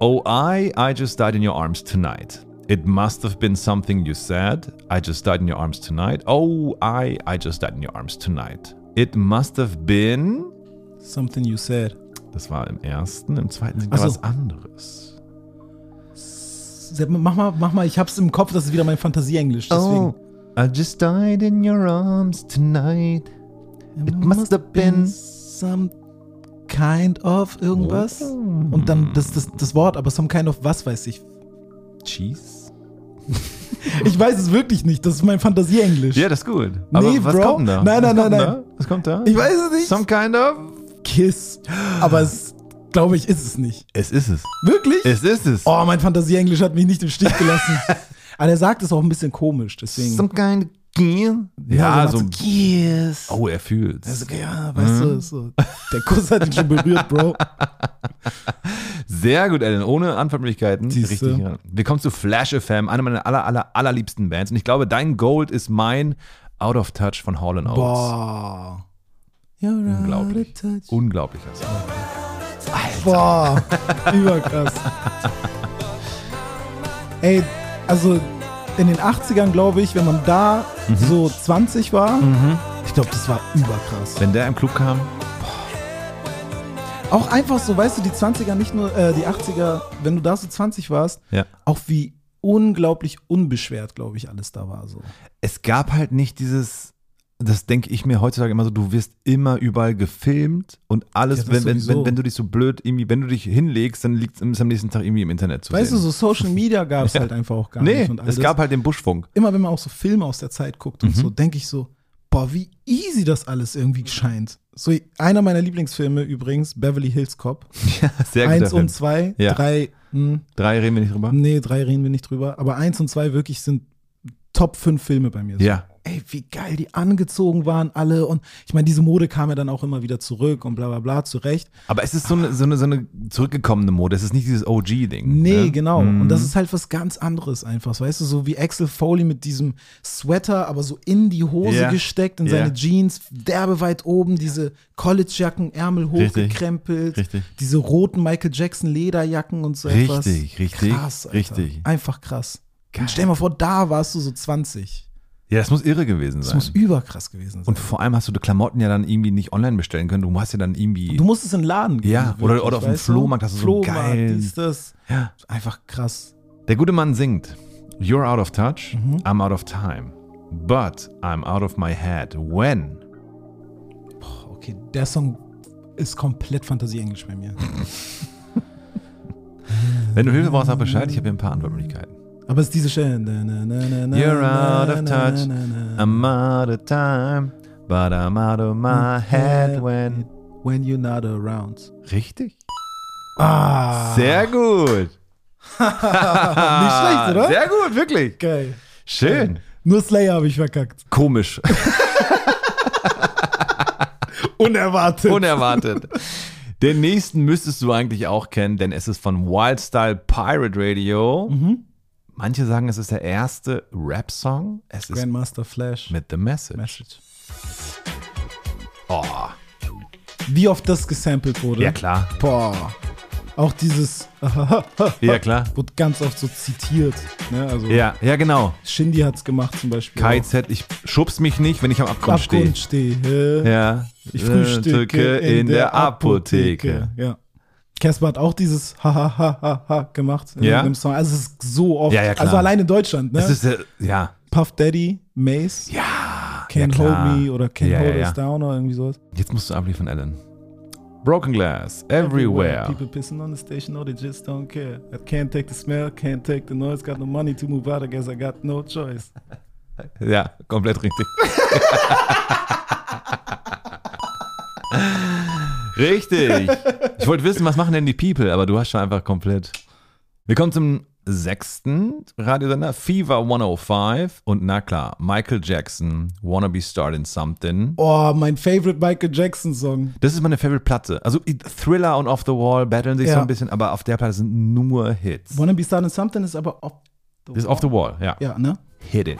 [SPEAKER 1] Oh, I, I just died in your arms tonight. It must have been something you said. I just died in your arms tonight. Oh, I, I just died in your arms tonight. It must have been.
[SPEAKER 2] Something you said.
[SPEAKER 1] Das war im ersten, im zweiten singt er
[SPEAKER 2] Ach so.
[SPEAKER 1] was anderes.
[SPEAKER 2] Sepp, Mach mal, mach mal, ich hab's im Kopf, das ist wieder mein Fantasieenglisch,
[SPEAKER 1] Oh,
[SPEAKER 2] deswegen.
[SPEAKER 1] I just died in your arms tonight. It must have been.
[SPEAKER 2] some kind of irgendwas.
[SPEAKER 1] Oh.
[SPEAKER 2] Und dann das, das, das Wort, aber some kind of was weiß ich.
[SPEAKER 1] Cheese?
[SPEAKER 2] Ich weiß es wirklich nicht. Das ist mein Fantasieenglisch.
[SPEAKER 1] Ja, das ist gut. Aber
[SPEAKER 2] Nee,
[SPEAKER 1] was
[SPEAKER 2] Bro.
[SPEAKER 1] kommt denn da?
[SPEAKER 2] Nein,
[SPEAKER 1] was
[SPEAKER 2] nein,
[SPEAKER 1] kommt
[SPEAKER 2] nein,
[SPEAKER 1] da?
[SPEAKER 2] nein.
[SPEAKER 1] Was kommt da?
[SPEAKER 2] Ich weiß es nicht.
[SPEAKER 1] Some kind of.
[SPEAKER 2] Kiss. Aber es, glaube ich, ist es nicht.
[SPEAKER 1] Es ist es.
[SPEAKER 2] Wirklich?
[SPEAKER 1] Es ist es.
[SPEAKER 2] oh, mein Fantasieenglisch hat mich nicht im Stich
[SPEAKER 1] <laughs>
[SPEAKER 2] gelassen. Aber er sagt es auch ein bisschen komisch, deswegen.
[SPEAKER 1] Some kind of gear?
[SPEAKER 2] der
[SPEAKER 1] Ja,
[SPEAKER 2] macht
[SPEAKER 1] so.
[SPEAKER 2] Kiss.
[SPEAKER 1] Oh, Mhm. er fühlt's.
[SPEAKER 2] Also, ja, weißt du, ist so, der Kuss hat ihn schon berührt,
[SPEAKER 1] <laughs>
[SPEAKER 2] Bro.
[SPEAKER 1] Sehr gut, Ellen. Ohne Antwortmöglichkeiten.
[SPEAKER 2] Siehste.
[SPEAKER 1] Richtig. Ja. Wir kommen zu Flash FM, einer meiner aller, aller, allerliebsten Bands. Und ich glaube, dein Gold ist mein Out of Touch von Hall Oates.
[SPEAKER 2] Boah. You're out
[SPEAKER 1] Unglaublich.
[SPEAKER 2] of touch.
[SPEAKER 1] Unglaublicher Song.
[SPEAKER 2] Boah, überkrass. Ey, also in den 80ern, glaube ich, wenn man da
[SPEAKER 1] Mhm.
[SPEAKER 2] so 20 war, ich glaube, das war überkrass.
[SPEAKER 1] Wenn der im Club kam,
[SPEAKER 2] Auch einfach so, weißt du, die 20er, nicht nur äh, die 80er, wenn du da so 20 warst,
[SPEAKER 1] ja.
[SPEAKER 2] auch wie unglaublich unbeschwert, glaube ich, alles da war so.
[SPEAKER 1] es gab halt nicht dieses, das denke ich mir heutzutage immer so, du wirst immer überall gefilmt und
[SPEAKER 2] Ja,
[SPEAKER 1] alles,
[SPEAKER 2] das
[SPEAKER 1] wenn, wenn,
[SPEAKER 2] sowieso.
[SPEAKER 1] wenn, wenn du dich so blöd irgendwie, wenn du dich hinlegst, dann liegt es am nächsten Tag irgendwie im Internet zu
[SPEAKER 2] Weißt du,
[SPEAKER 1] sehen.
[SPEAKER 2] so Social Media gab es halt einfach auch gar
[SPEAKER 1] nee,
[SPEAKER 2] nicht. Und all
[SPEAKER 1] es
[SPEAKER 2] das.
[SPEAKER 1] gab halt den Buschfunk.
[SPEAKER 2] immer wenn man auch so Filme aus der Zeit guckt und
[SPEAKER 1] Mhm.
[SPEAKER 2] so, denke ich so, boah, wie easy das alles irgendwie scheint. So, einer meiner Lieblingsfilme übrigens, Beverly Hills Cop.
[SPEAKER 1] <laughs> Sehr guter
[SPEAKER 2] Eins
[SPEAKER 1] Film.
[SPEAKER 2] und zwei,
[SPEAKER 1] Ja.
[SPEAKER 2] drei, hm,
[SPEAKER 1] Drei reden wir nicht drüber.
[SPEAKER 2] nee, drei reden wir nicht drüber, aber eins und zwei wirklich sind Top 5 Filme bei mir. So.
[SPEAKER 1] Ja.
[SPEAKER 2] Ey, wie geil die angezogen waren alle und ich meine, diese Mode kam ja dann auch immer wieder zurück und bla bla bla, zurecht.
[SPEAKER 1] Aber es ist so eine, so eine, so eine zurückgekommene Mode. Es ist nicht dieses OG-Ding.
[SPEAKER 2] Nee,
[SPEAKER 1] ne?
[SPEAKER 2] genau.
[SPEAKER 1] Mhm.
[SPEAKER 2] Und das ist halt was ganz anderes einfach. Weißt du, so wie Axel Foley mit diesem Sweater, aber so in die Hose
[SPEAKER 1] Ja.
[SPEAKER 2] gesteckt, in
[SPEAKER 1] Ja.
[SPEAKER 2] seine Jeans, derbe weit oben, diese Collegejacken, Ärmel
[SPEAKER 1] Richtig.
[SPEAKER 2] hochgekrempelt,
[SPEAKER 1] Richtig.
[SPEAKER 2] diese roten Michael Jackson Lederjacken und so etwas.
[SPEAKER 1] Richtig, richtig,
[SPEAKER 2] krass, Alter.
[SPEAKER 1] richtig.
[SPEAKER 2] Einfach krass. Und stell dir mal vor, da warst du so 20.
[SPEAKER 1] Ja, das muss irre gewesen
[SPEAKER 2] Das
[SPEAKER 1] sein.
[SPEAKER 2] muss überkrass gewesen sein.
[SPEAKER 1] und vor allem hast du die Klamotten ja dann irgendwie nicht online bestellen können. Du hast ja dann irgendwie.
[SPEAKER 2] du musstest in den Laden gehen.
[SPEAKER 1] Ja,
[SPEAKER 2] so
[SPEAKER 1] oder-
[SPEAKER 2] wirklich,
[SPEAKER 1] oder auf dem
[SPEAKER 2] weißt du?
[SPEAKER 1] Flohmarkt hast du so einen
[SPEAKER 2] Flohmarkt,
[SPEAKER 1] geilen-
[SPEAKER 2] dies, das.
[SPEAKER 1] ja.
[SPEAKER 2] Einfach krass.
[SPEAKER 1] Der gute Mann singt: You're out of touch,
[SPEAKER 2] Mhm.
[SPEAKER 1] I'm out of time, but I'm out of my head. When?
[SPEAKER 2] Boah, Okay, der Song ist komplett Fantasieenglisch bei mir.
[SPEAKER 1] Wenn du Hilfe brauchst, sag Bescheid, ich habe hier ein paar Antwortmöglichkeiten.
[SPEAKER 2] Aber es ist diese Stelle. Na, na, na, na, na,
[SPEAKER 1] You're out
[SPEAKER 2] na,
[SPEAKER 1] of
[SPEAKER 2] na,
[SPEAKER 1] touch.
[SPEAKER 2] na, na, na.
[SPEAKER 1] I'm out of time, but I'm out of my head when.
[SPEAKER 2] When you're not around.
[SPEAKER 1] Richtig.
[SPEAKER 2] Ah,
[SPEAKER 1] Sehr gut.
[SPEAKER 2] nicht schlecht, oder?
[SPEAKER 1] ah, Sehr gut, wirklich.
[SPEAKER 2] geil.
[SPEAKER 1] Schön.
[SPEAKER 2] Nur Slayer habe ich verkackt.
[SPEAKER 1] Komisch,
[SPEAKER 2] Unerwartet.
[SPEAKER 1] unerwartet. Den nächsten müsstest du eigentlich auch kennen, denn es ist von Wildstyle Pirate Radio. Manche sagen, es ist der erste Rap-Song. Es ist
[SPEAKER 2] Grandmaster Flash.
[SPEAKER 1] mit The Message.
[SPEAKER 2] Genau. Message.
[SPEAKER 1] Oh,
[SPEAKER 2] Wie oft das gesampelt wurde.
[SPEAKER 1] ja klar,
[SPEAKER 2] Boah. Auch dieses <laughs>
[SPEAKER 1] ja klar.
[SPEAKER 2] wurde ganz oft so zitiert. Ne? Also
[SPEAKER 1] Ja, ja genau.
[SPEAKER 2] Shindy hat's gemacht zum Beispiel. auch.
[SPEAKER 1] KZ, ich schubs mich nicht, wenn ich am Abgrund stehe.
[SPEAKER 2] Abgrund stehe.
[SPEAKER 1] Ja.
[SPEAKER 2] Ich frühstücke in, der Apotheke. Ja. Casper hat auch dieses ha ha ha ha ha gemacht in
[SPEAKER 1] Ja.
[SPEAKER 2] einem Song. Also es ist so oft.
[SPEAKER 1] Ja, ja, klar.
[SPEAKER 2] Also allein in Deutschland, ne?
[SPEAKER 1] Das ist der, ja.
[SPEAKER 2] Puff Daddy, Mace,
[SPEAKER 1] Ja.
[SPEAKER 2] Can't
[SPEAKER 1] ja, klar.
[SPEAKER 2] Hold Me oder Can't
[SPEAKER 1] Ja, ja,
[SPEAKER 2] Hold
[SPEAKER 1] ja.
[SPEAKER 2] Us Down oder irgendwie sowas.
[SPEAKER 1] Jetzt musst du abliefern, Ellen. Broken Glass, Everywhere.
[SPEAKER 2] People pissing on the station, no, they just don't care. I can't take the smell, can't take the noise, got no money to move out, I guess I got no choice.
[SPEAKER 1] Ja, komplett richtig. richtig. Ich wollte wissen, was machen denn die People, aber du hast schon einfach komplett. Wir kommen zum sechsten Radiosender, Fever 105. Und na klar, Michael Jackson, Wanna Be Starting Something.
[SPEAKER 2] Oh, mein favorite Michael Jackson Song.
[SPEAKER 1] Das ist meine Favorite Platte. Also Thriller und Off the Wall battlen sich
[SPEAKER 2] Ja.
[SPEAKER 1] so ein bisschen, aber auf der Platte sind nur Hits.
[SPEAKER 2] Wanna Be Starting Something ist aber off the
[SPEAKER 1] Das ist Off the Wall, ja.
[SPEAKER 2] Ja, ne?
[SPEAKER 1] Hit it.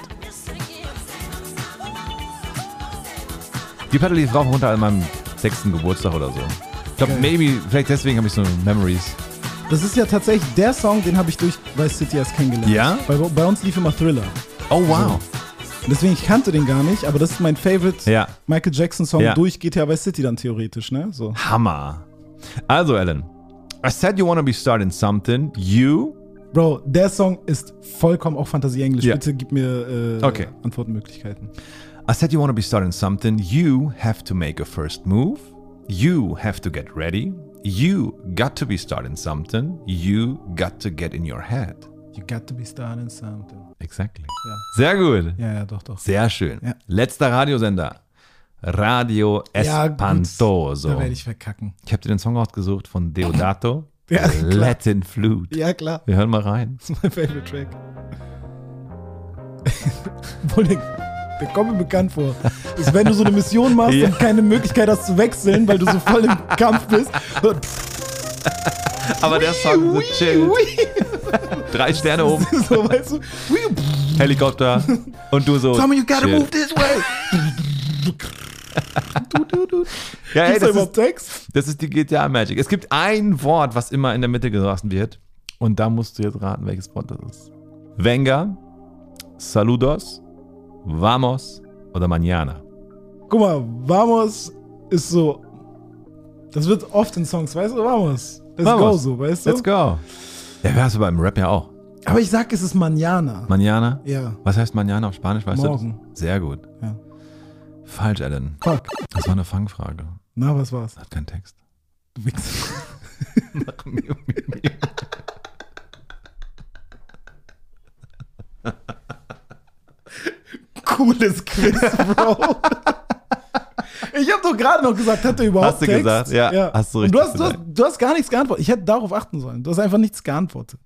[SPEAKER 1] Die Platte lief rauf und runter an meinem sechsten Geburtstag oder so. Ich glaube,
[SPEAKER 2] Geil.
[SPEAKER 1] maybe, vielleicht deswegen habe ich so Memories.
[SPEAKER 2] Das ist ja tatsächlich der Song, den habe ich durch bei City erst kennengelernt.
[SPEAKER 1] Ja?
[SPEAKER 2] Bei, bei uns lief immer Thriller.
[SPEAKER 1] Oh, wow.
[SPEAKER 2] Und Deswegen, ich kannte den gar nicht, aber das ist mein Favorite
[SPEAKER 1] Ja.
[SPEAKER 2] Michael Jackson-Song
[SPEAKER 1] Ja.
[SPEAKER 2] durch GTA Vice City dann theoretisch, ne? So.
[SPEAKER 1] Hammer. Also, Ellen, I said you wanna be starting something. You?
[SPEAKER 2] Bro, der Song ist vollkommen auch Fantasie-Englisch.
[SPEAKER 1] Ja.
[SPEAKER 2] Bitte gib mir äh,
[SPEAKER 1] Okay.
[SPEAKER 2] Antwortmöglichkeiten.
[SPEAKER 1] I said you wanna be starting something. You have to make a first move. You have to get ready. You got to be starting something. You got to get in your head.
[SPEAKER 2] You got to be starting something.
[SPEAKER 1] Exactly.
[SPEAKER 2] Ja.
[SPEAKER 1] Sehr gut.
[SPEAKER 2] Ja, ja, doch, doch.
[SPEAKER 1] Sehr schön.
[SPEAKER 2] Ja.
[SPEAKER 1] Letzter Radiosender. Radio
[SPEAKER 2] Ja, gut.
[SPEAKER 1] Espantoso.
[SPEAKER 2] Da werde ich verkacken.
[SPEAKER 1] Ich habe dir den Song ausgesucht von Deodato.
[SPEAKER 2] <laughs> Ja, klar.
[SPEAKER 1] Latin Flute.
[SPEAKER 2] Ja, klar.
[SPEAKER 1] Wir hören mal
[SPEAKER 2] <laughs>
[SPEAKER 1] rein.
[SPEAKER 2] Das ist mein favorite Track. Obwohl, der, der kommt mir bekannt vor. Ist, wenn du so eine Mission machst
[SPEAKER 1] Ja.
[SPEAKER 2] und keine Möglichkeit hast zu wechseln, weil du so voll im Kampf bist. Pff,
[SPEAKER 1] Aber der Song so chill. Drei Sterne oben,
[SPEAKER 2] so, weißt du?
[SPEAKER 1] <laughs> Helikopter und du so.
[SPEAKER 2] Tell me you gotta
[SPEAKER 1] chill.
[SPEAKER 2] move this way.
[SPEAKER 1] Ja, ey,
[SPEAKER 2] Gibt's da
[SPEAKER 1] das, ist,
[SPEAKER 2] überhaupt Text?
[SPEAKER 1] das ist die GTA Magic. Es gibt ein Wort, was immer in der Mitte gelassen wird. Und da musst du jetzt raten, welches Wort das ist. Venga, Saludos, Vamos oder Mañana.
[SPEAKER 2] Guck mal, Vamos ist so. Das wird oft in Songs, weißt du? Vamos. Let's
[SPEAKER 1] Vamos.
[SPEAKER 2] go so, weißt du?
[SPEAKER 1] Let's go. Ja, hörst du beim Rap ja auch.
[SPEAKER 2] Aber ich sag, es ist Manjana.
[SPEAKER 1] Manjana?
[SPEAKER 2] ja.
[SPEAKER 1] Was heißt Manjana auf Spanisch? Weißt du?
[SPEAKER 2] Morgen.
[SPEAKER 1] das? Sehr gut.
[SPEAKER 2] Ja.
[SPEAKER 1] Falsch, Ellen.
[SPEAKER 2] Fuck.
[SPEAKER 1] Das war eine Fangfrage.
[SPEAKER 2] Na, was war's?
[SPEAKER 1] Hat keinen Text. <laughs>
[SPEAKER 2] Du Wichser. Cooles Quiz, Bro. <laughs> Ich habe doch gerade noch gesagt, hat er überhaupt
[SPEAKER 1] Hast du
[SPEAKER 2] Text?
[SPEAKER 1] gesagt, ja, hast du
[SPEAKER 2] Und du,
[SPEAKER 1] richtig
[SPEAKER 2] hast, du, hast,
[SPEAKER 1] gesagt.
[SPEAKER 2] du hast gar nichts geantwortet. Ich hätte darauf achten sollen. Du hast einfach nichts geantwortet.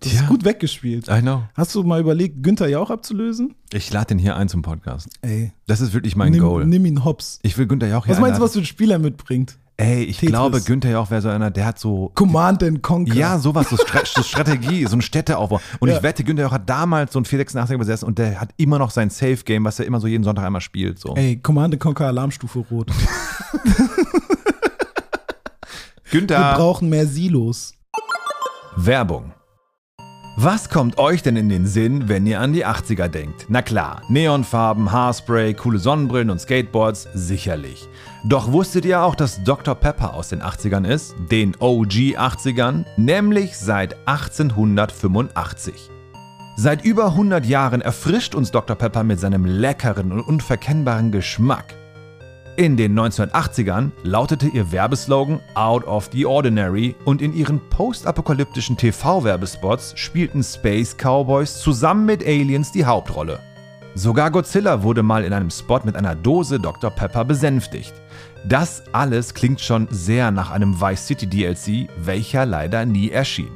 [SPEAKER 2] Das
[SPEAKER 1] Tja.
[SPEAKER 2] ist gut weggespielt.
[SPEAKER 1] I know.
[SPEAKER 2] Hast du mal überlegt, Günther Jauch abzulösen?
[SPEAKER 1] Ich lade den hier ein zum Podcast.
[SPEAKER 2] Ey,
[SPEAKER 1] Das ist wirklich mein
[SPEAKER 2] nimm,
[SPEAKER 1] Goal.
[SPEAKER 2] nimm ihn hops.
[SPEAKER 1] Ich will Günther Jauch hier
[SPEAKER 2] Was meinst du, was
[SPEAKER 1] einladen.
[SPEAKER 2] für ein Spieler mitbringt?
[SPEAKER 1] Ey, ich
[SPEAKER 2] Tetris?
[SPEAKER 1] glaube, Günther Jauch wäre so einer, der hat so.
[SPEAKER 2] Command and Conquer.
[SPEAKER 1] Ja, sowas, so, Stra so Strategie, so ein Städteaufbau. Und
[SPEAKER 2] Ja.
[SPEAKER 1] ich wette, Günther Jauch hat damals so ein 486er besessen und der hat immer noch sein Safe-Game, was er immer so jeden Sonntag einmal spielt. So.
[SPEAKER 2] Ey, Command and Conquer Alarmstufe Rot. Wir
[SPEAKER 1] Günther,
[SPEAKER 2] brauchen mehr Silos.
[SPEAKER 1] Werbung. Was kommt euch denn in den Sinn, wenn ihr an die 80er denkt? Na klar, Neonfarben, Haarspray, coole Sonnenbrillen und Skateboards, sicherlich. Doch wusstet ihr auch, dass Dr. Pepper aus den 80ern ist? Den OG 80ern? Nämlich seit 1885. Seit über 100 Jahren erfrischt uns Dr. Pepper mit seinem leckeren und unverkennbaren Geschmack. In den 1980ern lautete ihr Werbeslogan Out of the Ordinary und in ihren postapokalyptischen TV-Werbespots spielten Space Cowboys zusammen mit Aliens die Hauptrolle. Sogar Godzilla wurde mal in einem Spot mit einer Dose Dr. Pepper besänftigt. Das alles klingt schon sehr nach einem Vice City DLC, welcher leider nie erschien.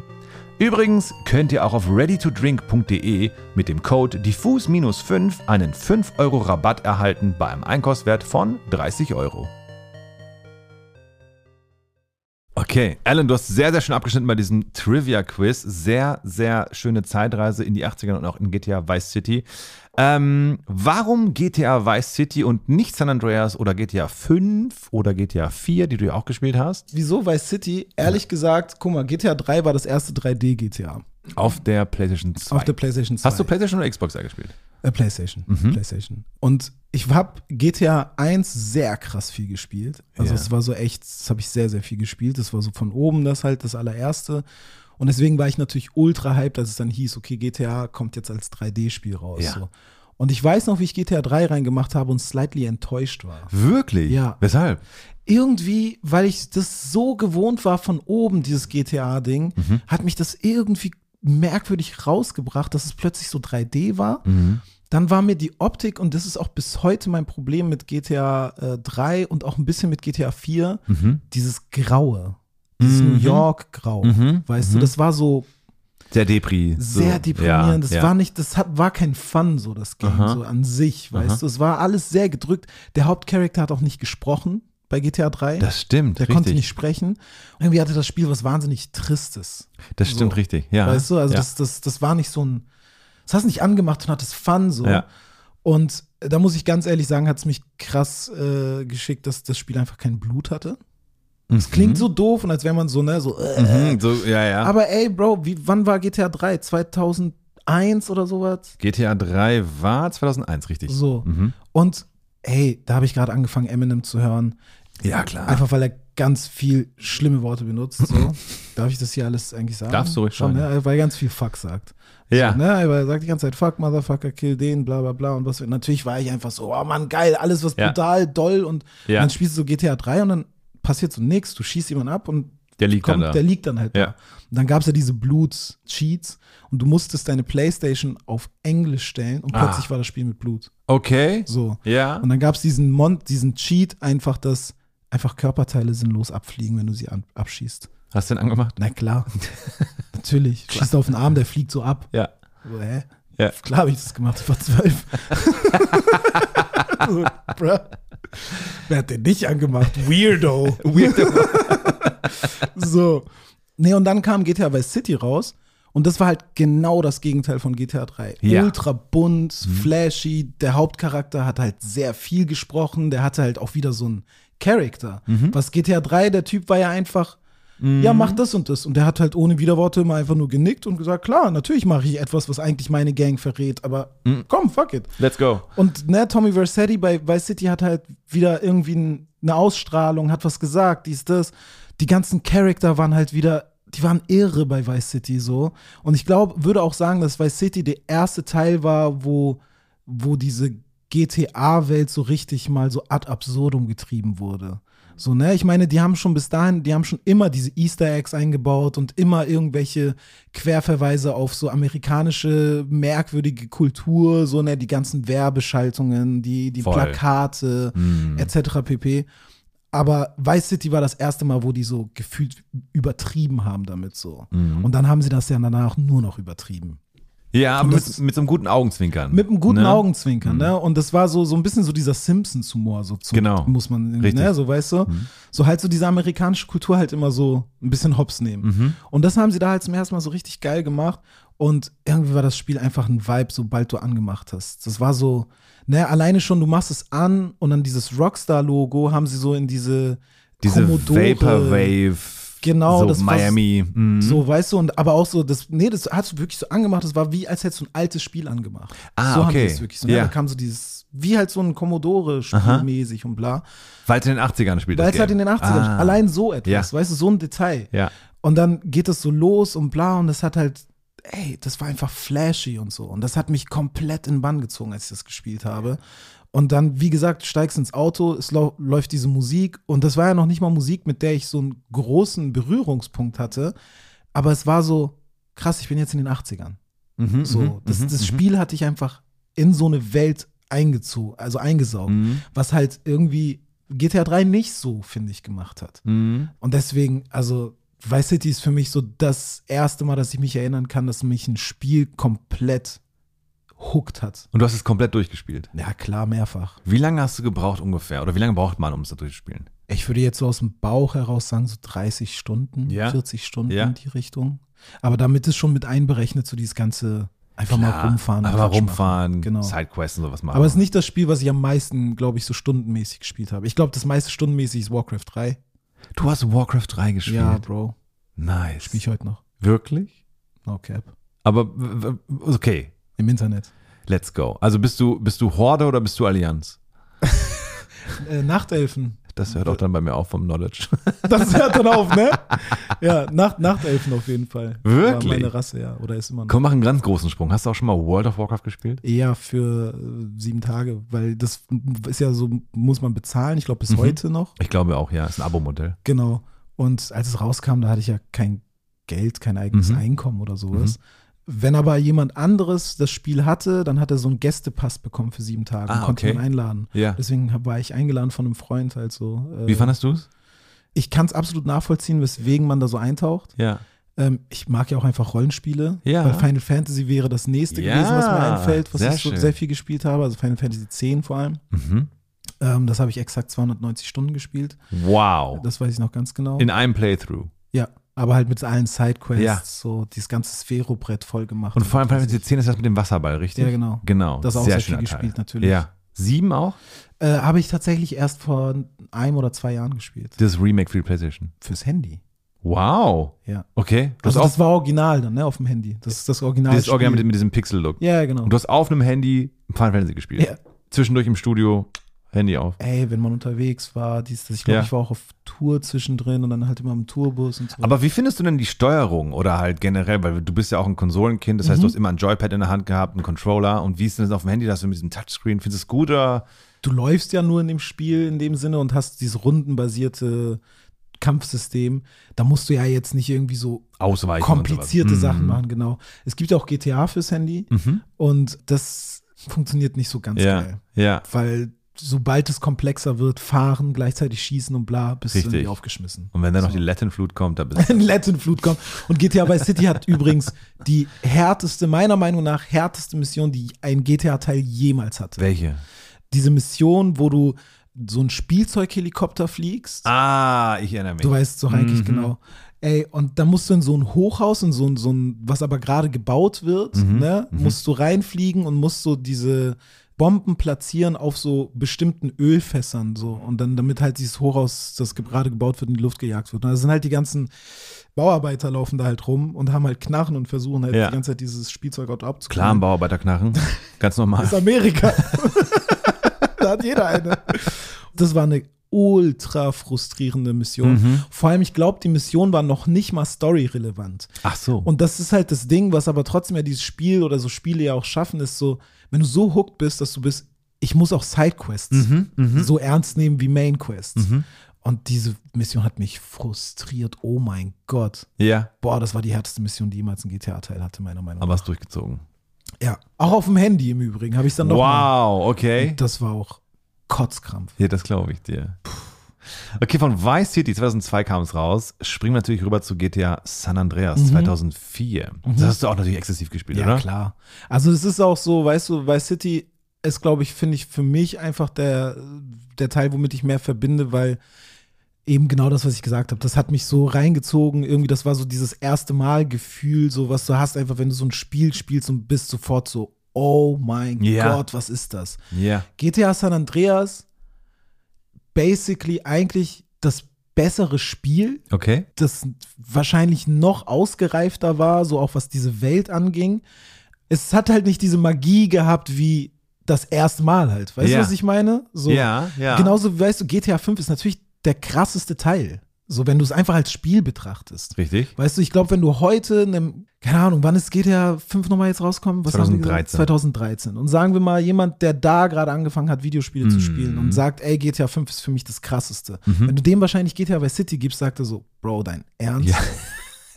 [SPEAKER 1] Übrigens könnt ihr auch auf readytodrink.de mit dem Code diffus-5 einen 5 Euro Rabatt erhalten bei einem Einkaufswert von 30 Euro. Okay, Alan, du hast sehr, sehr schön abgeschnitten bei diesem Trivia-Quiz. Sehr, sehr schöne Zeitreise in die 80er und auch in GTA Vice City. Ähm, warum GTA Vice City und nicht San Andreas oder GTA 5 oder GTA 4, die du ja auch gespielt hast?
[SPEAKER 2] Wieso Vice City? Ehrlich gesagt, guck mal, GTA 3 war das erste 3D-GTA
[SPEAKER 1] Auf der PlayStation 2.
[SPEAKER 2] auf der PlayStation 2.
[SPEAKER 1] hast du PlayStation oder Xbox gespielt?
[SPEAKER 2] Äh, PlayStation.
[SPEAKER 1] Mhm.
[SPEAKER 2] PlayStation. Und ich habe GTA 1 sehr krass viel gespielt. Also
[SPEAKER 1] Ja.
[SPEAKER 2] es war so echt, das habe ich sehr, sehr viel gespielt. Das war so von oben das halt das allererste. Und deswegen war ich natürlich ultra hyped, als es dann hieß, okay, GTA kommt jetzt als 3D-Spiel raus.
[SPEAKER 1] Ja.
[SPEAKER 2] So. Und ich weiß noch, wie ich GTA 3 reingemacht habe und slightly enttäuscht war.
[SPEAKER 1] Wirklich?
[SPEAKER 2] Ja.
[SPEAKER 1] Weshalb?
[SPEAKER 2] Irgendwie, weil ich das so gewohnt war von oben, dieses GTA-Ding,
[SPEAKER 1] Mhm.
[SPEAKER 2] hat mich das irgendwie merkwürdig rausgebracht, dass es plötzlich so 3D war.
[SPEAKER 1] Mhm.
[SPEAKER 2] Dann war mir die Optik, und das ist auch bis heute mein Problem mit GTA äh, 3 und auch ein bisschen mit GTA 4,
[SPEAKER 1] Mhm.
[SPEAKER 2] dieses Graue. Dieses New York-Grau. Weißt du, das war so
[SPEAKER 1] Sehr Depri. Mhm. so.
[SPEAKER 2] sehr deprimierend. das
[SPEAKER 1] ja.
[SPEAKER 2] war nicht, das hat, war kein Fun, so das Game, so an sich, weißt du. Es war alles sehr gedrückt. Der Hauptcharakter hat auch nicht gesprochen bei GTA 3.
[SPEAKER 1] Das stimmt,
[SPEAKER 2] Der
[SPEAKER 1] richtig.
[SPEAKER 2] konnte nicht sprechen. Und irgendwie hatte das Spiel was wahnsinnig Tristes.
[SPEAKER 1] das stimmt,
[SPEAKER 2] so.
[SPEAKER 1] richtig. Ja.
[SPEAKER 2] Weißt du, also
[SPEAKER 1] ja.
[SPEAKER 2] das, das, das war nicht so ein. Das hast du nicht angemacht und hattest Fun so.
[SPEAKER 1] Ja.
[SPEAKER 2] Und äh, da muss ich ganz ehrlich sagen, hat es mich krass äh, geschickt, dass das Spiel einfach kein Blut hatte. Es klingt so doof und als wäre man so, ne, so. Äh.
[SPEAKER 1] Mhm, so, ja, ja.
[SPEAKER 2] Aber ey, Bro, wie, wann war GTA 3? 2001 oder sowas?
[SPEAKER 1] GTA 3 war 2001, richtig. Mhm.
[SPEAKER 2] So. Und ey, da habe ich gerade angefangen, Eminem zu hören.
[SPEAKER 1] Ja, klar.
[SPEAKER 2] Ah. Einfach weil er ganz viel schlimme Worte benutzt. So. Darf ich das hier alles eigentlich sagen?
[SPEAKER 1] Mhm. Darfst du ruhig
[SPEAKER 2] schon.
[SPEAKER 1] sagen,
[SPEAKER 2] Ne? Weil er ganz viel Fuck sagt.
[SPEAKER 1] Ja.
[SPEAKER 2] So, ne? Weil er sagt die ganze Zeit Fuck, Motherfucker, kill den, bla bla bla. Und was. Natürlich war ich einfach so, oh Mann, geil, alles was
[SPEAKER 1] Ja.
[SPEAKER 2] brutal, doll. Und
[SPEAKER 1] Ja.
[SPEAKER 2] dann spielst du so GTA 3 und dann passiert so nichts. Du schießt jemanden ab und
[SPEAKER 1] Der liegt dann da.
[SPEAKER 2] der liegt dann halt
[SPEAKER 1] Ja.
[SPEAKER 2] da. Und dann gab es ja diese Blut-Cheats und du musstest deine Playstation auf Englisch stellen und
[SPEAKER 1] Ah.
[SPEAKER 2] plötzlich war das Spiel mit Blut.
[SPEAKER 1] Okay.
[SPEAKER 2] So.
[SPEAKER 1] Ja.
[SPEAKER 2] Und dann gab es diesen Mon diesen Cheat, einfach, dass einfach Körperteile sinnlos abfliegen, wenn du sie an abschießt.
[SPEAKER 1] Hast du den angemacht? <laughs>
[SPEAKER 2] Na klar. Natürlich. Schießt auf den Arm, der fliegt so ab.
[SPEAKER 1] Ja.
[SPEAKER 2] So, hä?
[SPEAKER 1] Ja.
[SPEAKER 2] Klar habe ich das gemacht, ich
[SPEAKER 1] <laughs>
[SPEAKER 2] war zwölf. so, bruh. Wer hat den nicht angemacht? Weirdo.
[SPEAKER 1] <laughs> Weird.
[SPEAKER 2] <laughs> So. Nee, und dann kam GTA Vice City raus. Und das war halt genau das Gegenteil von GTA 3.
[SPEAKER 1] Ja.
[SPEAKER 2] Ultra bunt, flashy. Der Hauptcharakter hat halt sehr viel gesprochen. Der hatte halt auch wieder so einen Charakter. Was GTA 3, der Typ war ja einfach, ja, mach das und das. Und der hat halt ohne Widerworte immer einfach nur genickt und gesagt, klar, natürlich mache ich etwas, was eigentlich meine Gang verrät. Aber komm, fuck it.
[SPEAKER 1] Let's go.
[SPEAKER 2] Und ne, Tommy Versetti bei Vice City hat halt wieder irgendwie n- eine Ausstrahlung, hat was gesagt, dies, das. Die ganzen Charakter waren halt wieder, die waren irre bei Vice City so. Und ich glaube, würde auch sagen, dass Vice City der erste Teil war, wo, wo diese GTA-Welt so richtig mal so ad absurdum getrieben wurde. So, ne? Ich meine, die haben schon bis dahin, die haben schon immer diese Easter Eggs eingebaut und immer irgendwelche Querverweise auf so amerikanische merkwürdige Kultur, so, ne? Die ganzen Werbeschaltungen, die, die
[SPEAKER 1] Voll.
[SPEAKER 2] Plakate, etc. pp. Aber Vice City war das erste Mal, wo die so gefühlt übertrieben haben damit so. Und dann haben sie das ja danach nur noch übertrieben.
[SPEAKER 1] Ja, aber
[SPEAKER 2] Und
[SPEAKER 1] mit,
[SPEAKER 2] das-
[SPEAKER 1] mit so einem guten Augenzwinkern.
[SPEAKER 2] Mit einem guten
[SPEAKER 1] ne?
[SPEAKER 2] Augenzwinkern, ne? Und das war so, so ein bisschen so dieser Simpsons-Humor, so zum,
[SPEAKER 1] Genau.
[SPEAKER 2] muss man,
[SPEAKER 1] Richtig. Mhm.
[SPEAKER 2] ne? So, weißt du? So halt so diese amerikanische Kultur halt immer so ein bisschen hops nehmen.
[SPEAKER 1] Mhm.
[SPEAKER 2] Und das haben sie da halt zum ersten Mal so richtig geil gemacht. Und irgendwie war das Spiel einfach ein Vibe, sobald du angemacht hast. Das war so, ne? Alleine schon, du machst es an und dann dieses Rockstar-Logo haben sie so in diese,
[SPEAKER 1] Diese
[SPEAKER 2] Commodore-
[SPEAKER 1] Vaporwave.
[SPEAKER 2] Genau,
[SPEAKER 1] so
[SPEAKER 2] das war-
[SPEAKER 1] Miami. Mhm.
[SPEAKER 2] So, weißt du, und aber auch so, das, nee, das hast du wirklich so angemacht, das war wie, als hättest du ein altes Spiel angemacht.
[SPEAKER 1] Ah,
[SPEAKER 2] so
[SPEAKER 1] okay.
[SPEAKER 2] haben die das wirklich so. Ne?
[SPEAKER 1] Ja.
[SPEAKER 2] Da kam so dieses, wie halt so ein Commodore-Spiel mäßig und bla.
[SPEAKER 1] Weil es in den 80ern spielt.
[SPEAKER 2] Weil
[SPEAKER 1] das
[SPEAKER 2] es halt in
[SPEAKER 1] Game.
[SPEAKER 2] den 80ern,
[SPEAKER 1] Ah.
[SPEAKER 2] allein so etwas,
[SPEAKER 1] Ja.
[SPEAKER 2] weißt du, so ein Detail.
[SPEAKER 1] Ja.
[SPEAKER 2] Und dann geht es so los und bla und das hat halt, ey, das war einfach flashy und so. Und das hat mich komplett in Bann gezogen, als ich das gespielt habe. Und dann, wie gesagt, steigst ins Auto, es lau läuft diese Musik und das war ja noch nicht mal Musik, mit der ich so einen großen Berührungspunkt hatte. Aber es war so, krass, ich bin jetzt in den 80ern.
[SPEAKER 1] Mhm,
[SPEAKER 2] So,
[SPEAKER 1] mhm,
[SPEAKER 2] das,
[SPEAKER 1] mhm,
[SPEAKER 2] das Spiel hatte ich einfach in so eine Welt eingezogen, also eingesaugt,
[SPEAKER 1] Mhm.
[SPEAKER 2] was halt irgendwie GTA 3 nicht so, finde ich, gemacht hat.
[SPEAKER 1] mhm.
[SPEAKER 2] Und deswegen, also Vice City ist für mich so das erste Mal, dass ich mich erinnern kann, dass mich ein Spiel komplett hooked hat.
[SPEAKER 1] Und du hast es komplett durchgespielt.
[SPEAKER 2] Ja, klar, mehrfach.
[SPEAKER 1] Wie lange hast du gebraucht ungefähr? Oder wie lange braucht man, um es da durchzuspielen?
[SPEAKER 2] Ich würde jetzt so aus dem Bauch heraus sagen, so 30 Stunden,
[SPEAKER 1] Ja.
[SPEAKER 2] 40 Stunden
[SPEAKER 1] Ja.
[SPEAKER 2] in die Richtung. Aber damit ist schon mit einberechnet, so dieses ganze einfach mal
[SPEAKER 1] Klar,
[SPEAKER 2] rumfahren.
[SPEAKER 1] Einfach mal
[SPEAKER 2] Quatsch machen.
[SPEAKER 1] rumfahren,
[SPEAKER 2] Genau.
[SPEAKER 1] Sidequests und sowas machen.
[SPEAKER 2] Aber es ist nicht das Spiel, was ich am meisten, glaube ich, so stundenmäßig gespielt habe. Ich glaube, das meiste stundenmäßig ist Warcraft 3.
[SPEAKER 1] du hast Warcraft 3 gespielt.
[SPEAKER 2] Ja, Bro.
[SPEAKER 1] nice.
[SPEAKER 2] Spiel ich heute noch.
[SPEAKER 1] Wirklich?
[SPEAKER 2] No cap.
[SPEAKER 1] Aber w- w- okay,
[SPEAKER 2] Im Internet.
[SPEAKER 1] let's go. Also bist du, bist du Horde oder bist du Allianz?
[SPEAKER 2] Äh, Nachtelfen.
[SPEAKER 1] Das hört auch dann bei mir auf vom Knowledge. <laughs>
[SPEAKER 2] Das hört dann auf, ne? Ja, Nacht, Nachtelfen auf jeden Fall.
[SPEAKER 1] Wirklich?
[SPEAKER 2] War meine Rasse, ja. Oder ist immer noch.
[SPEAKER 1] Komm, mach einen ganz großen Sprung. Hast du auch schon mal World of Warcraft gespielt?
[SPEAKER 2] Eher für äh, sieben Tage, weil das ist ja so, muss man bezahlen. Ich glaube, bis
[SPEAKER 1] Mhm.
[SPEAKER 2] heute noch.
[SPEAKER 1] Ich glaube auch, ja. Ist ein Abo-Modell.
[SPEAKER 2] Genau. Und als es rauskam, da hatte ich ja kein Geld, kein eigenes
[SPEAKER 1] Mhm.
[SPEAKER 2] Einkommen oder sowas. Wenn aber jemand anderes das Spiel hatte, dann hat er so einen Gästepass bekommen für sieben Tage
[SPEAKER 1] Ah,
[SPEAKER 2] und konnte
[SPEAKER 1] okay.
[SPEAKER 2] ihn einladen.
[SPEAKER 1] Ja.
[SPEAKER 2] Deswegen hab- war ich eingeladen von einem Freund halt so. äh,
[SPEAKER 1] Wie fandest du es?
[SPEAKER 2] ich kann es absolut nachvollziehen, weswegen man da so eintaucht.
[SPEAKER 1] Ja.
[SPEAKER 2] Ähm, ich mag ja auch einfach Rollenspiele,
[SPEAKER 1] Ja.
[SPEAKER 2] weil Final Fantasy wäre das nächste
[SPEAKER 1] Ja,
[SPEAKER 2] gewesen, was mir einfällt, was
[SPEAKER 1] sehr
[SPEAKER 2] ich so
[SPEAKER 1] schön.
[SPEAKER 2] sehr viel gespielt habe. Also Final Fantasy X vor allem.
[SPEAKER 1] Mhm.
[SPEAKER 2] Ähm, das habe ich exakt 290 Stunden gespielt.
[SPEAKER 1] Wow.
[SPEAKER 2] Das weiß ich noch ganz genau.
[SPEAKER 1] Oh. In einem Playthrough.
[SPEAKER 2] Ja, aber halt mit allen Sidequests,
[SPEAKER 1] Ja.
[SPEAKER 2] so dieses ganze Sphero-Brett voll gemacht.
[SPEAKER 1] Und vor allem Final
[SPEAKER 2] das-
[SPEAKER 1] Fantasy 10 ist das mit dem Wasserball, richtig?
[SPEAKER 2] Ja, genau.
[SPEAKER 1] Genau.
[SPEAKER 2] Das auch sehr, viel
[SPEAKER 1] schöner Teil.
[SPEAKER 2] gespielt, natürlich.
[SPEAKER 1] Ja. Sieben auch?
[SPEAKER 2] Äh, Habe ich tatsächlich erst vor einem oder zwei Jahren gespielt.
[SPEAKER 1] Das Remake für die PlayStation.
[SPEAKER 2] Fürs Handy.
[SPEAKER 1] Wow.
[SPEAKER 2] Ja.
[SPEAKER 1] Okay. Du
[SPEAKER 2] Also
[SPEAKER 1] hast
[SPEAKER 2] das war original dann, ne, auf dem Handy. Das ist das Original.
[SPEAKER 1] auch dieses Original mit, mit diesem Pixel-Look.
[SPEAKER 2] ja, genau.
[SPEAKER 1] Und du hast auf einem Handy Final Fantasy gespielt.
[SPEAKER 2] Ja.
[SPEAKER 1] Zwischendurch im Studio Handy auf.
[SPEAKER 2] Ey, wenn man unterwegs war, dies, das, ich glaube,
[SPEAKER 1] Ja.
[SPEAKER 2] ich war auch auf Tour zwischendrin und dann halt immer im Tourbus und so.
[SPEAKER 1] Aber wie findest du denn die Steuerung oder halt generell, weil du bist ja auch ein Konsolenkind, das heißt, du
[SPEAKER 2] Mhm.
[SPEAKER 1] hast immer ein Joypad in der Hand gehabt, einen Controller und wie ist denn das auf dem Handy, da hast du mit diesem Touchscreen, findest du es gut oder?
[SPEAKER 2] du läufst ja nur in dem Spiel in dem Sinne und hast dieses rundenbasierte Kampfsystem. Da musst du ja jetzt nicht irgendwie so
[SPEAKER 1] Ausweichen
[SPEAKER 2] komplizierte
[SPEAKER 1] und sowas.
[SPEAKER 2] Sachen machen, genau. Es gibt ja auch GTA fürs Handy
[SPEAKER 1] Mhm.
[SPEAKER 2] und das funktioniert nicht so ganz
[SPEAKER 1] Ja,
[SPEAKER 2] geil.
[SPEAKER 1] ja.
[SPEAKER 2] Weil sobald es komplexer wird, fahren, gleichzeitig schießen und bla, bist
[SPEAKER 1] Richtig.
[SPEAKER 2] du irgendwie aufgeschmissen.
[SPEAKER 1] Und wenn dann noch
[SPEAKER 2] So.
[SPEAKER 1] die Latin Flut kommt, da bist du.
[SPEAKER 2] <laughs> in Latin-Flut kommt. Und GTA Vice City hat übrigens die härteste, meiner Meinung nach, härteste Mission, die ein GTA-Teil jemals hatte.
[SPEAKER 1] Welche?
[SPEAKER 2] Diese Mission, wo du so einen Spielzeughelikopter fliegst.
[SPEAKER 1] Ah, ich erinnere mich.
[SPEAKER 2] Du weißt so
[SPEAKER 1] Mhm.
[SPEAKER 2] eigentlich genau. Ey, und da musst du in so ein Hochhaus, in so ein, so ein was aber gerade gebaut wird,
[SPEAKER 1] Mhm.
[SPEAKER 2] ne, musst du reinfliegen und musst so diese Bomben platzieren auf so bestimmten Ölfässern, so. Und dann, damit halt dieses Hochhaus, das ge- gerade gebaut wird, in die Luft gejagt wird. Und da sind halt die ganzen Bauarbeiter laufen da halt rum und haben halt Knarren und versuchen halt
[SPEAKER 1] Ja.
[SPEAKER 2] die ganze Zeit dieses Spielzeug dort abzuklären.
[SPEAKER 1] Klar, ein Bauarbeiterknachen.
[SPEAKER 2] <laughs>
[SPEAKER 1] Ganz normal.
[SPEAKER 2] Das ist Amerika. <laughs> da hat jeder eine. Das war eine ultra frustrierende Mission. Vor allem, ich glaube, die Mission war noch nicht mal storyrelevant.
[SPEAKER 1] Ach so.
[SPEAKER 2] Und das ist halt das Ding, was aber trotzdem ja dieses Spiel oder so Spiele ja auch schaffen, ist so, wenn du so hooked bist, dass du bist, ich muss auch Sidequests so ernst nehmen wie Mainquests. Und diese Mission hat mich frustriert. Oh mein Gott.
[SPEAKER 1] ja,
[SPEAKER 2] Boah, das war die härteste Mission, die jemals ein GTA-Teil hatte, meiner Meinung
[SPEAKER 1] aber
[SPEAKER 2] nach.
[SPEAKER 1] hast durchgezogen.
[SPEAKER 2] Ja. Auch auf dem Handy im Übrigen habe ich dann noch mal
[SPEAKER 1] Wow, okay.
[SPEAKER 2] das war auch Kotzkrampf.
[SPEAKER 1] Ja, das glaube ich dir. Okay, von Vice City 2002 kam es raus. Springen wir natürlich rüber zu GTA San Andreas 2004. Das hast du auch natürlich exzessiv gespielt, oder?
[SPEAKER 2] Mhm. klar. Also es ist auch so, weißt du, Vice City ist, glaube ich, finde ich für mich einfach der, der Teil, womit ich mehr verbinde, weil eben genau das, was ich gesagt habe, das hat mich so reingezogen. Irgendwie, das war so dieses erste Mal Gefühl, so was du hast, einfach wenn du so ein Spiel spielst und bist sofort so, oh mein
[SPEAKER 1] Ja.
[SPEAKER 2] Gott, was ist das?
[SPEAKER 1] Ja.
[SPEAKER 2] GTA San Andreas, basically eigentlich das bessere Spiel.
[SPEAKER 1] Okay.
[SPEAKER 2] das wahrscheinlich noch ausgereifter war, so auch was diese Welt anging. Es hat halt nicht diese Magie gehabt wie das erste Mal halt. Weißt
[SPEAKER 1] Ja.
[SPEAKER 2] du, was ich meine? So, Genau
[SPEAKER 1] Ja, ja.
[SPEAKER 2] Genauso, weißt du, GTA 5 ist natürlich der krasseste Teil. So, wenn du es einfach als Spiel betrachtest. <laughs>
[SPEAKER 1] Richtig.
[SPEAKER 2] Weißt du, ich glaube, wenn du heute, einem, keine Ahnung, wann ist GTA 5 nochmal jetzt rauskommen? Was haben wir gesagt? 2013. Und sagen wir mal, jemand, der da gerade angefangen hat, Videospiele
[SPEAKER 1] Mhm.
[SPEAKER 2] zu spielen und sagt, ey, GTA 5 ist für mich das Krasseste. Wenn du dem wahrscheinlich GTA Vice City gibst, sagt er so, Bro, dein Ernst?
[SPEAKER 1] Ja.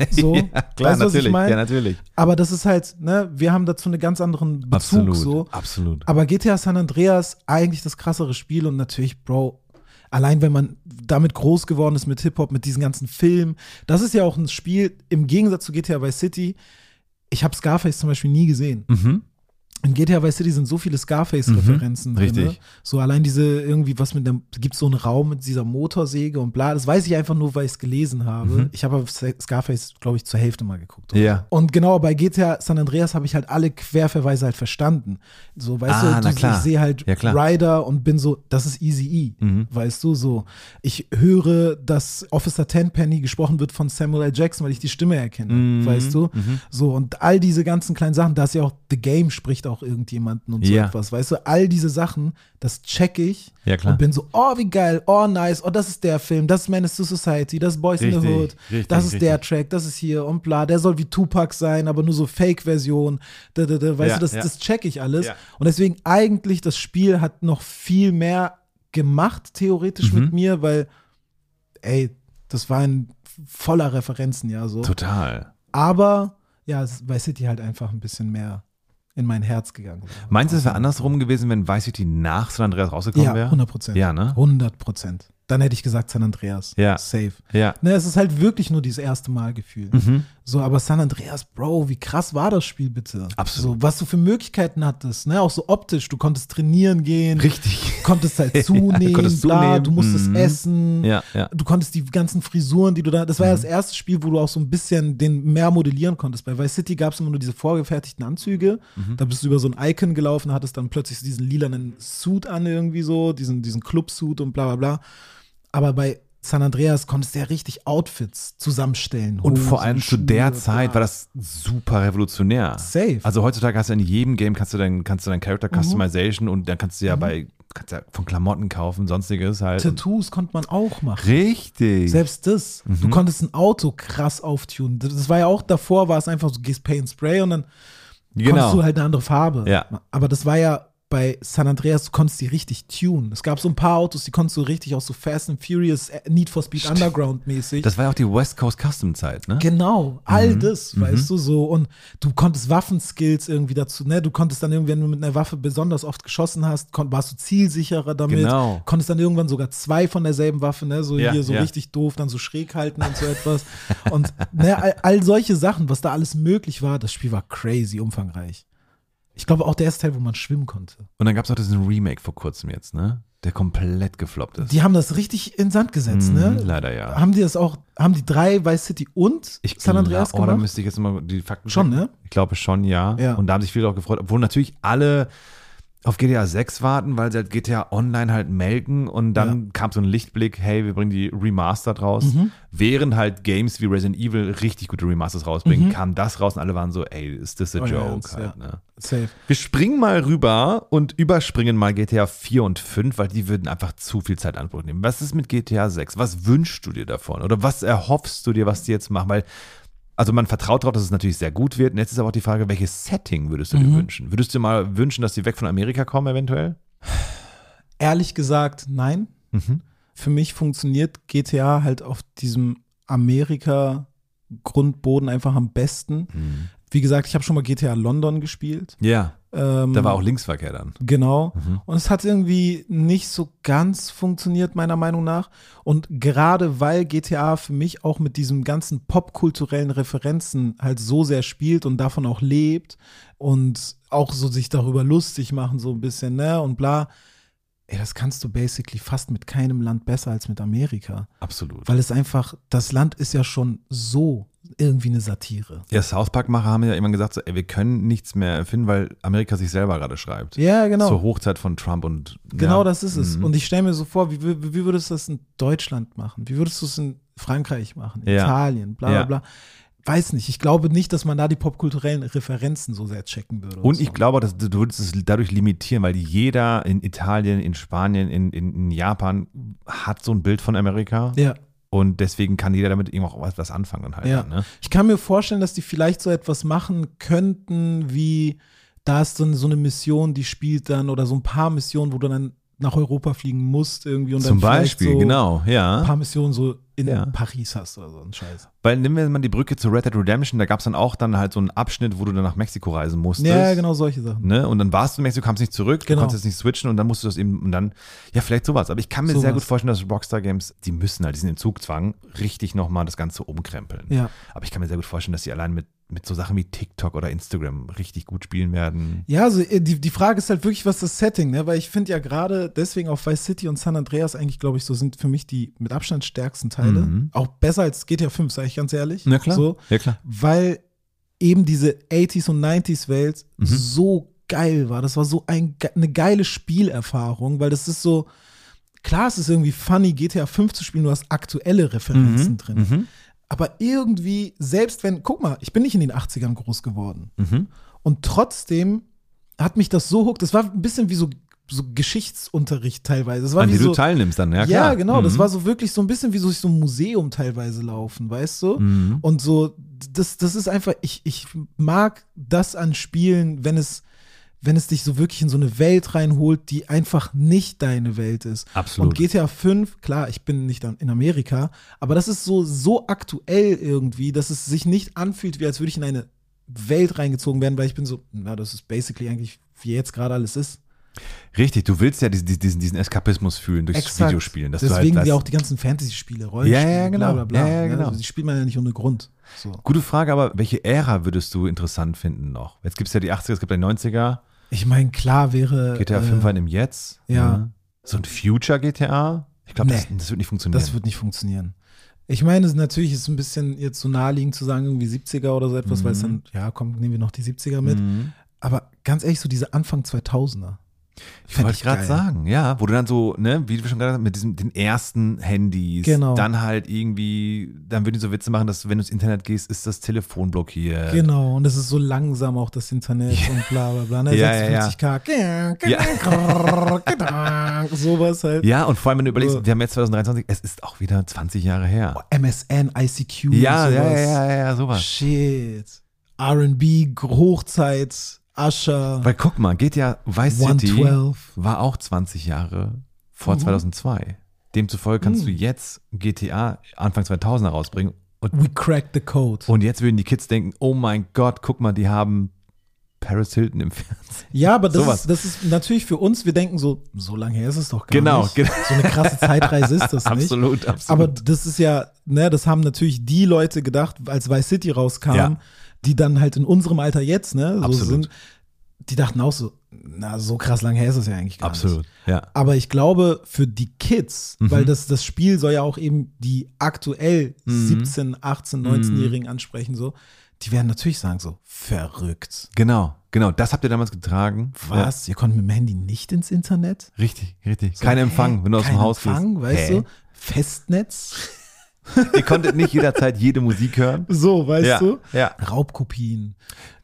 [SPEAKER 2] So,
[SPEAKER 1] ja, klar,
[SPEAKER 2] weißt du, was ich
[SPEAKER 1] natürlich.
[SPEAKER 2] mein?
[SPEAKER 1] ja, natürlich.
[SPEAKER 2] Aber das ist halt, ne, wir haben dazu einen ganz anderen Bezug
[SPEAKER 1] Absolut.
[SPEAKER 2] so.
[SPEAKER 1] Absolut.
[SPEAKER 2] Aber GTA San Andreas, eigentlich das krassere Spiel und natürlich, Bro, allein wenn man damit groß geworden ist mit Hip-Hop, mit diesen ganzen Filmen, das ist ja auch ein Spiel, im Gegensatz zu GTA Vice City, ich habe Scarface zum Beispiel nie gesehen.
[SPEAKER 1] Mhm.
[SPEAKER 2] In GTA Vice City sind so viele Scarface-Referenzen.
[SPEAKER 1] Mhm,
[SPEAKER 2] drin,
[SPEAKER 1] richtig.
[SPEAKER 2] ne? So allein diese irgendwie was mit der, gibt so einen Raum mit dieser Motorsäge und bla. Das weiß ich einfach nur, weil ich es gelesen habe. Ich habe aber Scarface, glaube ich, zur Hälfte mal geguckt. oder?
[SPEAKER 1] Mhm. Ja.
[SPEAKER 2] Und genau bei GTA San Andreas habe ich halt alle Querverweise halt verstanden. So, weißt
[SPEAKER 1] Ah,
[SPEAKER 2] du,
[SPEAKER 1] na
[SPEAKER 2] du
[SPEAKER 1] klar.
[SPEAKER 2] ich sehe halt
[SPEAKER 1] Ja, klar.
[SPEAKER 2] Rider und bin so, das ist Easy E.
[SPEAKER 1] Mhm.
[SPEAKER 2] Weißt du, so. Ich höre, dass Officer Tenpenny gesprochen wird von Samuel L. Jackson, weil ich die Stimme erkenne.
[SPEAKER 1] Mhm.
[SPEAKER 2] Weißt du? So, und all diese ganzen kleinen Sachen, da ist ja auch The Game spricht auch irgendjemanden und so
[SPEAKER 1] Ja.
[SPEAKER 2] etwas. Weißt du, all diese Sachen, das check ich
[SPEAKER 1] Ja, klar.
[SPEAKER 2] und bin so, oh, wie geil, oh, nice, oh, das ist der Film, das ist Menace to Society, das ist Boys in the
[SPEAKER 1] Richtig,
[SPEAKER 2] Hood,
[SPEAKER 1] richtig,
[SPEAKER 2] das ist
[SPEAKER 1] richtig.
[SPEAKER 2] der Track, das ist hier und bla, der soll wie Tupac sein, aber nur so Fake-Version, da, da, da, weißt
[SPEAKER 1] Ja,
[SPEAKER 2] du, das,
[SPEAKER 1] ja.
[SPEAKER 2] das check ich alles.
[SPEAKER 1] Ja.
[SPEAKER 2] Und deswegen eigentlich, das Spiel hat noch viel mehr gemacht, theoretisch
[SPEAKER 1] Mhm.
[SPEAKER 2] mit mir, weil, ey, das war ein voller Referenzen, ja, so.
[SPEAKER 1] Total.
[SPEAKER 2] Aber, ja, es- Vice City halt einfach ein bisschen mehr in mein Herz gegangen.
[SPEAKER 1] Meinst du, es wäre andersrum gewesen, wenn Vice City nach San Andreas rausgekommen
[SPEAKER 2] ja,
[SPEAKER 1] wäre?
[SPEAKER 2] 100 Prozent.
[SPEAKER 1] Ja, ne?
[SPEAKER 2] 100 Prozent. Dann hätte ich gesagt San Andreas.
[SPEAKER 1] Ja.
[SPEAKER 2] Safe.
[SPEAKER 1] Ja. Mhm.
[SPEAKER 2] Ne, es ist halt wirklich nur dieses erste Mal Gefühl. So, aber San Andreas, Bro, wie krass war das Spiel bitte?
[SPEAKER 1] Absolut.
[SPEAKER 2] So, was du für Möglichkeiten hattest, ne? Auch so optisch, du konntest trainieren gehen.
[SPEAKER 1] Richtig.
[SPEAKER 2] Konntest
[SPEAKER 1] <laughs>
[SPEAKER 2] halt
[SPEAKER 1] Ja,
[SPEAKER 2] zunehmen,
[SPEAKER 1] du konntest
[SPEAKER 2] bla,
[SPEAKER 1] zunehmen.
[SPEAKER 2] du musstest
[SPEAKER 1] Mhm.
[SPEAKER 2] essen.
[SPEAKER 1] Ja, ja. Mhm.
[SPEAKER 2] Du konntest die ganzen Frisuren, die du da. Das war ja das erste Spiel, wo du auch so ein bisschen den mehr modellieren konntest. Bei Vice City gab es immer nur diese vorgefertigten Anzüge.
[SPEAKER 1] Mhm.
[SPEAKER 2] Da bist du über so ein Icon gelaufen, hattest dann plötzlich diesen lilanen Suit an, irgendwie so, diesen, diesen Club-Suit und bla bla bla. Aber bei San Andreas konntest du ja richtig Outfits zusammenstellen.
[SPEAKER 1] Und
[SPEAKER 2] Hosen,
[SPEAKER 1] vor allem zu
[SPEAKER 2] Schuhe,
[SPEAKER 1] der Zeit
[SPEAKER 2] bla.
[SPEAKER 1] war das super revolutionär.
[SPEAKER 2] Safe. Mhm.
[SPEAKER 1] Also heutzutage hast du in jedem Game kannst du deinen kannst du deinen Character Customization und dann kannst du ja bei kannst ja von Klamotten kaufen, sonstiges halt.
[SPEAKER 2] Tattoos konnte man auch machen.
[SPEAKER 1] Richtig.
[SPEAKER 2] Selbst das.
[SPEAKER 1] Mhm.
[SPEAKER 2] Du konntest ein Auto krass auftunen. Das- Das war ja auch davor, war es einfach so, du gehst Paint Spray und dann konntest du halt eine andere Farbe.
[SPEAKER 1] Genau. Ja.
[SPEAKER 2] Aber das war ja bei San Andreas, du konntest die richtig tunen. Es gab so ein paar Autos, die konntest du richtig auch so Fast and Furious, äh, Need for Speed Underground mäßig.
[SPEAKER 1] das war ja auch die West Coast Custom Zeit, ne? Mhm.
[SPEAKER 2] Genau, all das, weißt du, so. Und du konntest Waffenskills irgendwie dazu, ne? Du konntest dann irgendwie, wenn du mit einer Waffe besonders oft geschossen hast, kon- warst du zielsicherer damit.
[SPEAKER 1] Genau.
[SPEAKER 2] Konntest dann irgendwann sogar zwei von derselben Waffe, ne? So
[SPEAKER 1] Ja,
[SPEAKER 2] hier so
[SPEAKER 1] ja.
[SPEAKER 2] richtig doof, dann so schräg halten und so etwas. Und ne, all, all solche Sachen, was da alles möglich war, das Spiel war crazy umfangreich. Ich glaube auch der erste Teil, wo man schwimmen konnte.
[SPEAKER 1] Und dann gab es auch diesen Remake vor kurzem jetzt, ne? Der komplett gefloppt ist.
[SPEAKER 2] Die haben das richtig in den Sand gesetzt,
[SPEAKER 1] Mhm,
[SPEAKER 2] ne?
[SPEAKER 1] Leider ja.
[SPEAKER 2] Haben die das auch, haben die drei Vice City und
[SPEAKER 1] Ich
[SPEAKER 2] San Andreas
[SPEAKER 1] gla- Oh, da
[SPEAKER 2] gemacht?
[SPEAKER 1] müsste ich jetzt mal die Fakten
[SPEAKER 2] Schon,
[SPEAKER 1] checken.
[SPEAKER 2] ne?
[SPEAKER 1] Ich glaube schon, ja.
[SPEAKER 2] Ja.
[SPEAKER 1] Und da haben sich viele auch gefreut, obwohl natürlich alle auf GTA 6 warten, weil sie halt GTA Online halt melken und dann kam so ein Lichtblick, hey, wir bringen die Remastered raus.
[SPEAKER 2] Mhm.
[SPEAKER 1] Während halt Games wie Resident Evil richtig gute Remasters rausbringen, kam das raus und alle waren so, ey, ist das a
[SPEAKER 2] Euer
[SPEAKER 1] joke?
[SPEAKER 2] Ernst,
[SPEAKER 1] halt,
[SPEAKER 2] Mhm. Oh ja.
[SPEAKER 1] ne?
[SPEAKER 2] Safe.
[SPEAKER 1] Wir springen mal rüber und überspringen mal GTA 4 und 5, weil die würden einfach zu viel Zeit in Anspruch nehmen. Was ist mit GTA 6? Was wünschst du dir davon? Oder was erhoffst du dir, was die jetzt machen? Weil, also man vertraut darauf, dass es natürlich sehr gut wird. Und jetzt ist aber auch die Frage, welches Setting würdest du
[SPEAKER 2] Mhm.
[SPEAKER 1] dir wünschen? Würdest du dir mal wünschen, dass die weg von Amerika kommen, eventuell?
[SPEAKER 2] Ehrlich gesagt, nein.
[SPEAKER 1] Mhm.
[SPEAKER 2] Für mich funktioniert GTA halt auf diesem Amerika-Grundboden einfach am besten. Wie gesagt, ich habe schon mal GTA London gespielt.
[SPEAKER 1] Ja.
[SPEAKER 2] Ähm,
[SPEAKER 1] Da war auch Linksverkehr dann.
[SPEAKER 2] Genau. Und es hat irgendwie nicht so ganz funktioniert, meiner Meinung nach. Und gerade weil GTA für mich auch mit diesem ganzen popkulturellen Referenzen halt so sehr spielt und davon auch lebt und auch so sich darüber lustig machen, so ein bisschen, ne, und bla. Ey, das kannst du basically fast mit keinem Land besser als mit Amerika.
[SPEAKER 1] Absolut.
[SPEAKER 2] Weil es einfach, das Land ist ja schon so irgendwie eine Satire.
[SPEAKER 1] Ja, South Park-Macher haben ja immer gesagt, so, ey, wir können nichts mehr erfinden, weil Amerika sich selber gerade schreibt.
[SPEAKER 2] Ja, genau.
[SPEAKER 1] Zur Hochzeit von Trump und.
[SPEAKER 2] Genau
[SPEAKER 1] ja.
[SPEAKER 2] das ist es.
[SPEAKER 1] Mhm.
[SPEAKER 2] Und ich stelle mir so vor, wie, wür- wie würdest du das in Deutschland machen? Wie würdest du es in Frankreich machen?
[SPEAKER 1] Ja.
[SPEAKER 2] Italien, bla bla
[SPEAKER 1] Ja.
[SPEAKER 2] bla. Weiß nicht. Ich glaube nicht, dass man da die popkulturellen Referenzen so sehr checken würde.
[SPEAKER 1] Und
[SPEAKER 2] so.
[SPEAKER 1] ich glaube, dass du du würdest es dadurch limitieren, weil jeder in Italien, in Spanien, in, in, in Japan hat so ein Bild von Amerika
[SPEAKER 2] Ja.
[SPEAKER 1] und deswegen kann jeder damit irgendwo auch was- was anfangen dann halt.
[SPEAKER 2] Ja.
[SPEAKER 1] dann, Ne?
[SPEAKER 2] Ich kann mir vorstellen, dass die vielleicht so etwas machen könnten, wie da ist dann so eine Mission, die spielt dann oder so ein paar Missionen, wo du dann nach Europa fliegen musst irgendwie und
[SPEAKER 1] Zum
[SPEAKER 2] dann vielleicht
[SPEAKER 1] Beispiel,
[SPEAKER 2] so
[SPEAKER 1] genau,
[SPEAKER 2] ein
[SPEAKER 1] ja.
[SPEAKER 2] paar Missionen so in
[SPEAKER 1] Ja.
[SPEAKER 2] Paris hast oder so ein Scheiß.
[SPEAKER 1] Weil nehmen wir mal die Brücke zu Red Dead Redemption, da gab es dann auch dann halt so einen Abschnitt, wo du dann nach Mexiko reisen musstest.
[SPEAKER 2] Ja, genau solche Sachen.
[SPEAKER 1] Ne? Und dann warst du in Mexiko, kamst nicht zurück, du
[SPEAKER 2] Genau.
[SPEAKER 1] konntest jetzt nicht switchen und dann musst du das eben und dann, ja, vielleicht sowas. Aber ich kann mir
[SPEAKER 2] Sowas.
[SPEAKER 1] sehr gut vorstellen, dass Rockstar Games, die müssen halt diesen Entzugzwang richtig nochmal das Ganze umkrempeln.
[SPEAKER 2] Ja.
[SPEAKER 1] Aber ich kann mir sehr gut vorstellen, dass sie allein mit, mit so Sachen wie TikTok oder Instagram richtig gut spielen werden.
[SPEAKER 2] Ja, also äh, die, die Frage ist halt wirklich, was das Setting, ne? Weil ich finde ja gerade deswegen auch Vice City und San Andreas eigentlich, glaube ich, so sind für mich die mit Abstand stärksten Teile.
[SPEAKER 1] Mhm.
[SPEAKER 2] Auch besser als GTA 5, sage ich ganz ehrlich. So,
[SPEAKER 1] Ja, klar.
[SPEAKER 2] weil eben diese 80s und 90s Welt
[SPEAKER 1] Mhm.
[SPEAKER 2] so geil war. Das war so ein, ge- eine geile Spielerfahrung, weil das ist so, klar, es ist irgendwie funny, GTA 5 zu spielen, du hast aktuelle Referenzen drin.
[SPEAKER 1] Mhm.
[SPEAKER 2] Aber irgendwie, selbst wenn, guck mal, ich bin nicht in den 80ern groß geworden.
[SPEAKER 1] Mhm.
[SPEAKER 2] Und trotzdem hat mich das so hoch, das war ein bisschen wie so, so Geschichtsunterricht teilweise. Das war
[SPEAKER 1] An
[SPEAKER 2] wie
[SPEAKER 1] die
[SPEAKER 2] so,
[SPEAKER 1] du teilnimmst dann, ja klar.
[SPEAKER 2] ja, genau. Das
[SPEAKER 1] Mhm.
[SPEAKER 2] war so wirklich so ein bisschen wie so durch so ein Museum teilweise laufen, weißt du?
[SPEAKER 1] Mhm.
[SPEAKER 2] Und so, das, das ist einfach, ich, ich mag das an Spielen, wenn es, wenn es dich so wirklich in so eine Welt reinholt, die einfach nicht deine Welt ist.
[SPEAKER 1] Absolut.
[SPEAKER 2] Und GTA 5, klar, ich bin nicht an- in Amerika, aber das ist so, so aktuell irgendwie, dass es sich nicht anfühlt, wie als würde ich in eine Welt reingezogen werden, weil ich bin so, na, das ist basically eigentlich, wie jetzt gerade alles ist.
[SPEAKER 1] Richtig, du willst ja diesen, diesen, diesen Eskapismus fühlen durchs Videospielen. Dass
[SPEAKER 2] Deswegen
[SPEAKER 1] du halt
[SPEAKER 2] ja auch
[SPEAKER 1] weißt-
[SPEAKER 2] die ganzen Fantasy-Spiele, Rollenspiele,
[SPEAKER 1] Ja, ja, genau.
[SPEAKER 2] bla bla bla.
[SPEAKER 1] Ja, ja,
[SPEAKER 2] ne?
[SPEAKER 1] genau.
[SPEAKER 2] Also, die spielt man ja nicht ohne Grund. So.
[SPEAKER 1] Gute Frage, aber welche Ära würdest du interessant finden noch? Jetzt gibt es ja die 80er, es gibt ja die 90er.
[SPEAKER 2] Ich meine, klar wäre.
[SPEAKER 1] GTA 5 war in dem halt Jetzt.
[SPEAKER 2] Äh,
[SPEAKER 1] ne?
[SPEAKER 2] ja.
[SPEAKER 1] So ein Future GTA? Ich glaube, das,
[SPEAKER 2] Nee.
[SPEAKER 1] das wird nicht funktionieren.
[SPEAKER 2] Das wird nicht funktionieren. Ich meine, es natürlich ist ein bisschen jetzt so naheliegend zu sagen, irgendwie 70er oder so etwas, weil es dann, ja, komm, nehmen wir noch die 70er mit.
[SPEAKER 1] Mhm.
[SPEAKER 2] Aber ganz ehrlich, so diese Anfang 2000er.
[SPEAKER 1] Ich
[SPEAKER 2] fänd
[SPEAKER 1] wollte gerade
[SPEAKER 2] geil.
[SPEAKER 1] sagen, ja, wo du dann so, ne, wie du schon gesagt hast, mit diesem, den ersten Handys,
[SPEAKER 2] Genau.
[SPEAKER 1] dann halt irgendwie, dann würden die so Witze machen, dass wenn du ins Internet gehst, ist das Telefon blockiert.
[SPEAKER 2] Genau, und es ist so langsam auch das Internet und bla bla bla. Ne?
[SPEAKER 1] <laughs> Ja,
[SPEAKER 2] 56k.
[SPEAKER 1] <laughs>
[SPEAKER 2] Sowas halt.
[SPEAKER 1] Ja, und vor allem, wenn du überlegst,
[SPEAKER 2] Ja.
[SPEAKER 1] wir haben jetzt 2023, es ist auch wieder 20 Jahre her.
[SPEAKER 2] MSN, ICQ. und
[SPEAKER 1] Ja, ja,
[SPEAKER 2] sowas.
[SPEAKER 1] ja, ja, ja, sowas.
[SPEAKER 2] Shit. RB, Hochzeit, Usher,
[SPEAKER 1] Weil guck mal, GTA Vice City
[SPEAKER 2] 112.
[SPEAKER 1] war auch 20 Jahre vor
[SPEAKER 2] Mhm.
[SPEAKER 1] 2002. Demzufolge kannst
[SPEAKER 2] Mhm.
[SPEAKER 1] du jetzt GTA Anfang 2000er rausbringen. Und,
[SPEAKER 2] We cracked the code.
[SPEAKER 1] und jetzt würden die Kids denken, oh mein Gott, guck mal, die haben Paris Hilton im Fernsehen.
[SPEAKER 2] Ja, aber das
[SPEAKER 1] Sowas.
[SPEAKER 2] ist, das ist natürlich für uns, wir denken so, so lange her ist es doch gar
[SPEAKER 1] Genau,
[SPEAKER 2] nicht.
[SPEAKER 1] genau.
[SPEAKER 2] So eine krasse Zeitreise ist
[SPEAKER 1] <laughs>
[SPEAKER 2] das nicht.
[SPEAKER 1] absolut, absolut.
[SPEAKER 2] Aber das ist ja, ne, das haben natürlich die Leute gedacht, als Vice City rauskam,
[SPEAKER 1] Ja.
[SPEAKER 2] die dann halt in unserem Alter jetzt, ne, so
[SPEAKER 1] Absolut.
[SPEAKER 2] sind, die dachten auch so, na, so krass lang her ist es ja eigentlich gar nicht.
[SPEAKER 1] absolut, ja.
[SPEAKER 2] Aber ich glaube, für die Kids,
[SPEAKER 1] Mhm.
[SPEAKER 2] weil das, das Spiel soll ja auch eben die aktuell
[SPEAKER 1] Mhm.
[SPEAKER 2] 17, 18, 19-Jährigen ansprechen, so, die werden natürlich sagen so, verrückt.
[SPEAKER 1] Genau, genau. Das habt ihr damals getragen. Ja,
[SPEAKER 2] Was? Ihr konnt mit dem Handy nicht ins Internet?
[SPEAKER 1] richtig, richtig.
[SPEAKER 2] So,
[SPEAKER 1] Kein
[SPEAKER 2] hä?
[SPEAKER 1] Empfang, wenn du aus dem
[SPEAKER 2] Kein
[SPEAKER 1] Haus
[SPEAKER 2] Empfang,
[SPEAKER 1] gehst.
[SPEAKER 2] weißt
[SPEAKER 1] Hä?
[SPEAKER 2] du?
[SPEAKER 1] <laughs>
[SPEAKER 2] Festnetz?
[SPEAKER 1] Ihr konntet nicht jederzeit jede Musik hören.
[SPEAKER 2] So, weißt
[SPEAKER 1] ja,
[SPEAKER 2] du?
[SPEAKER 1] ja.
[SPEAKER 2] Raubkopien.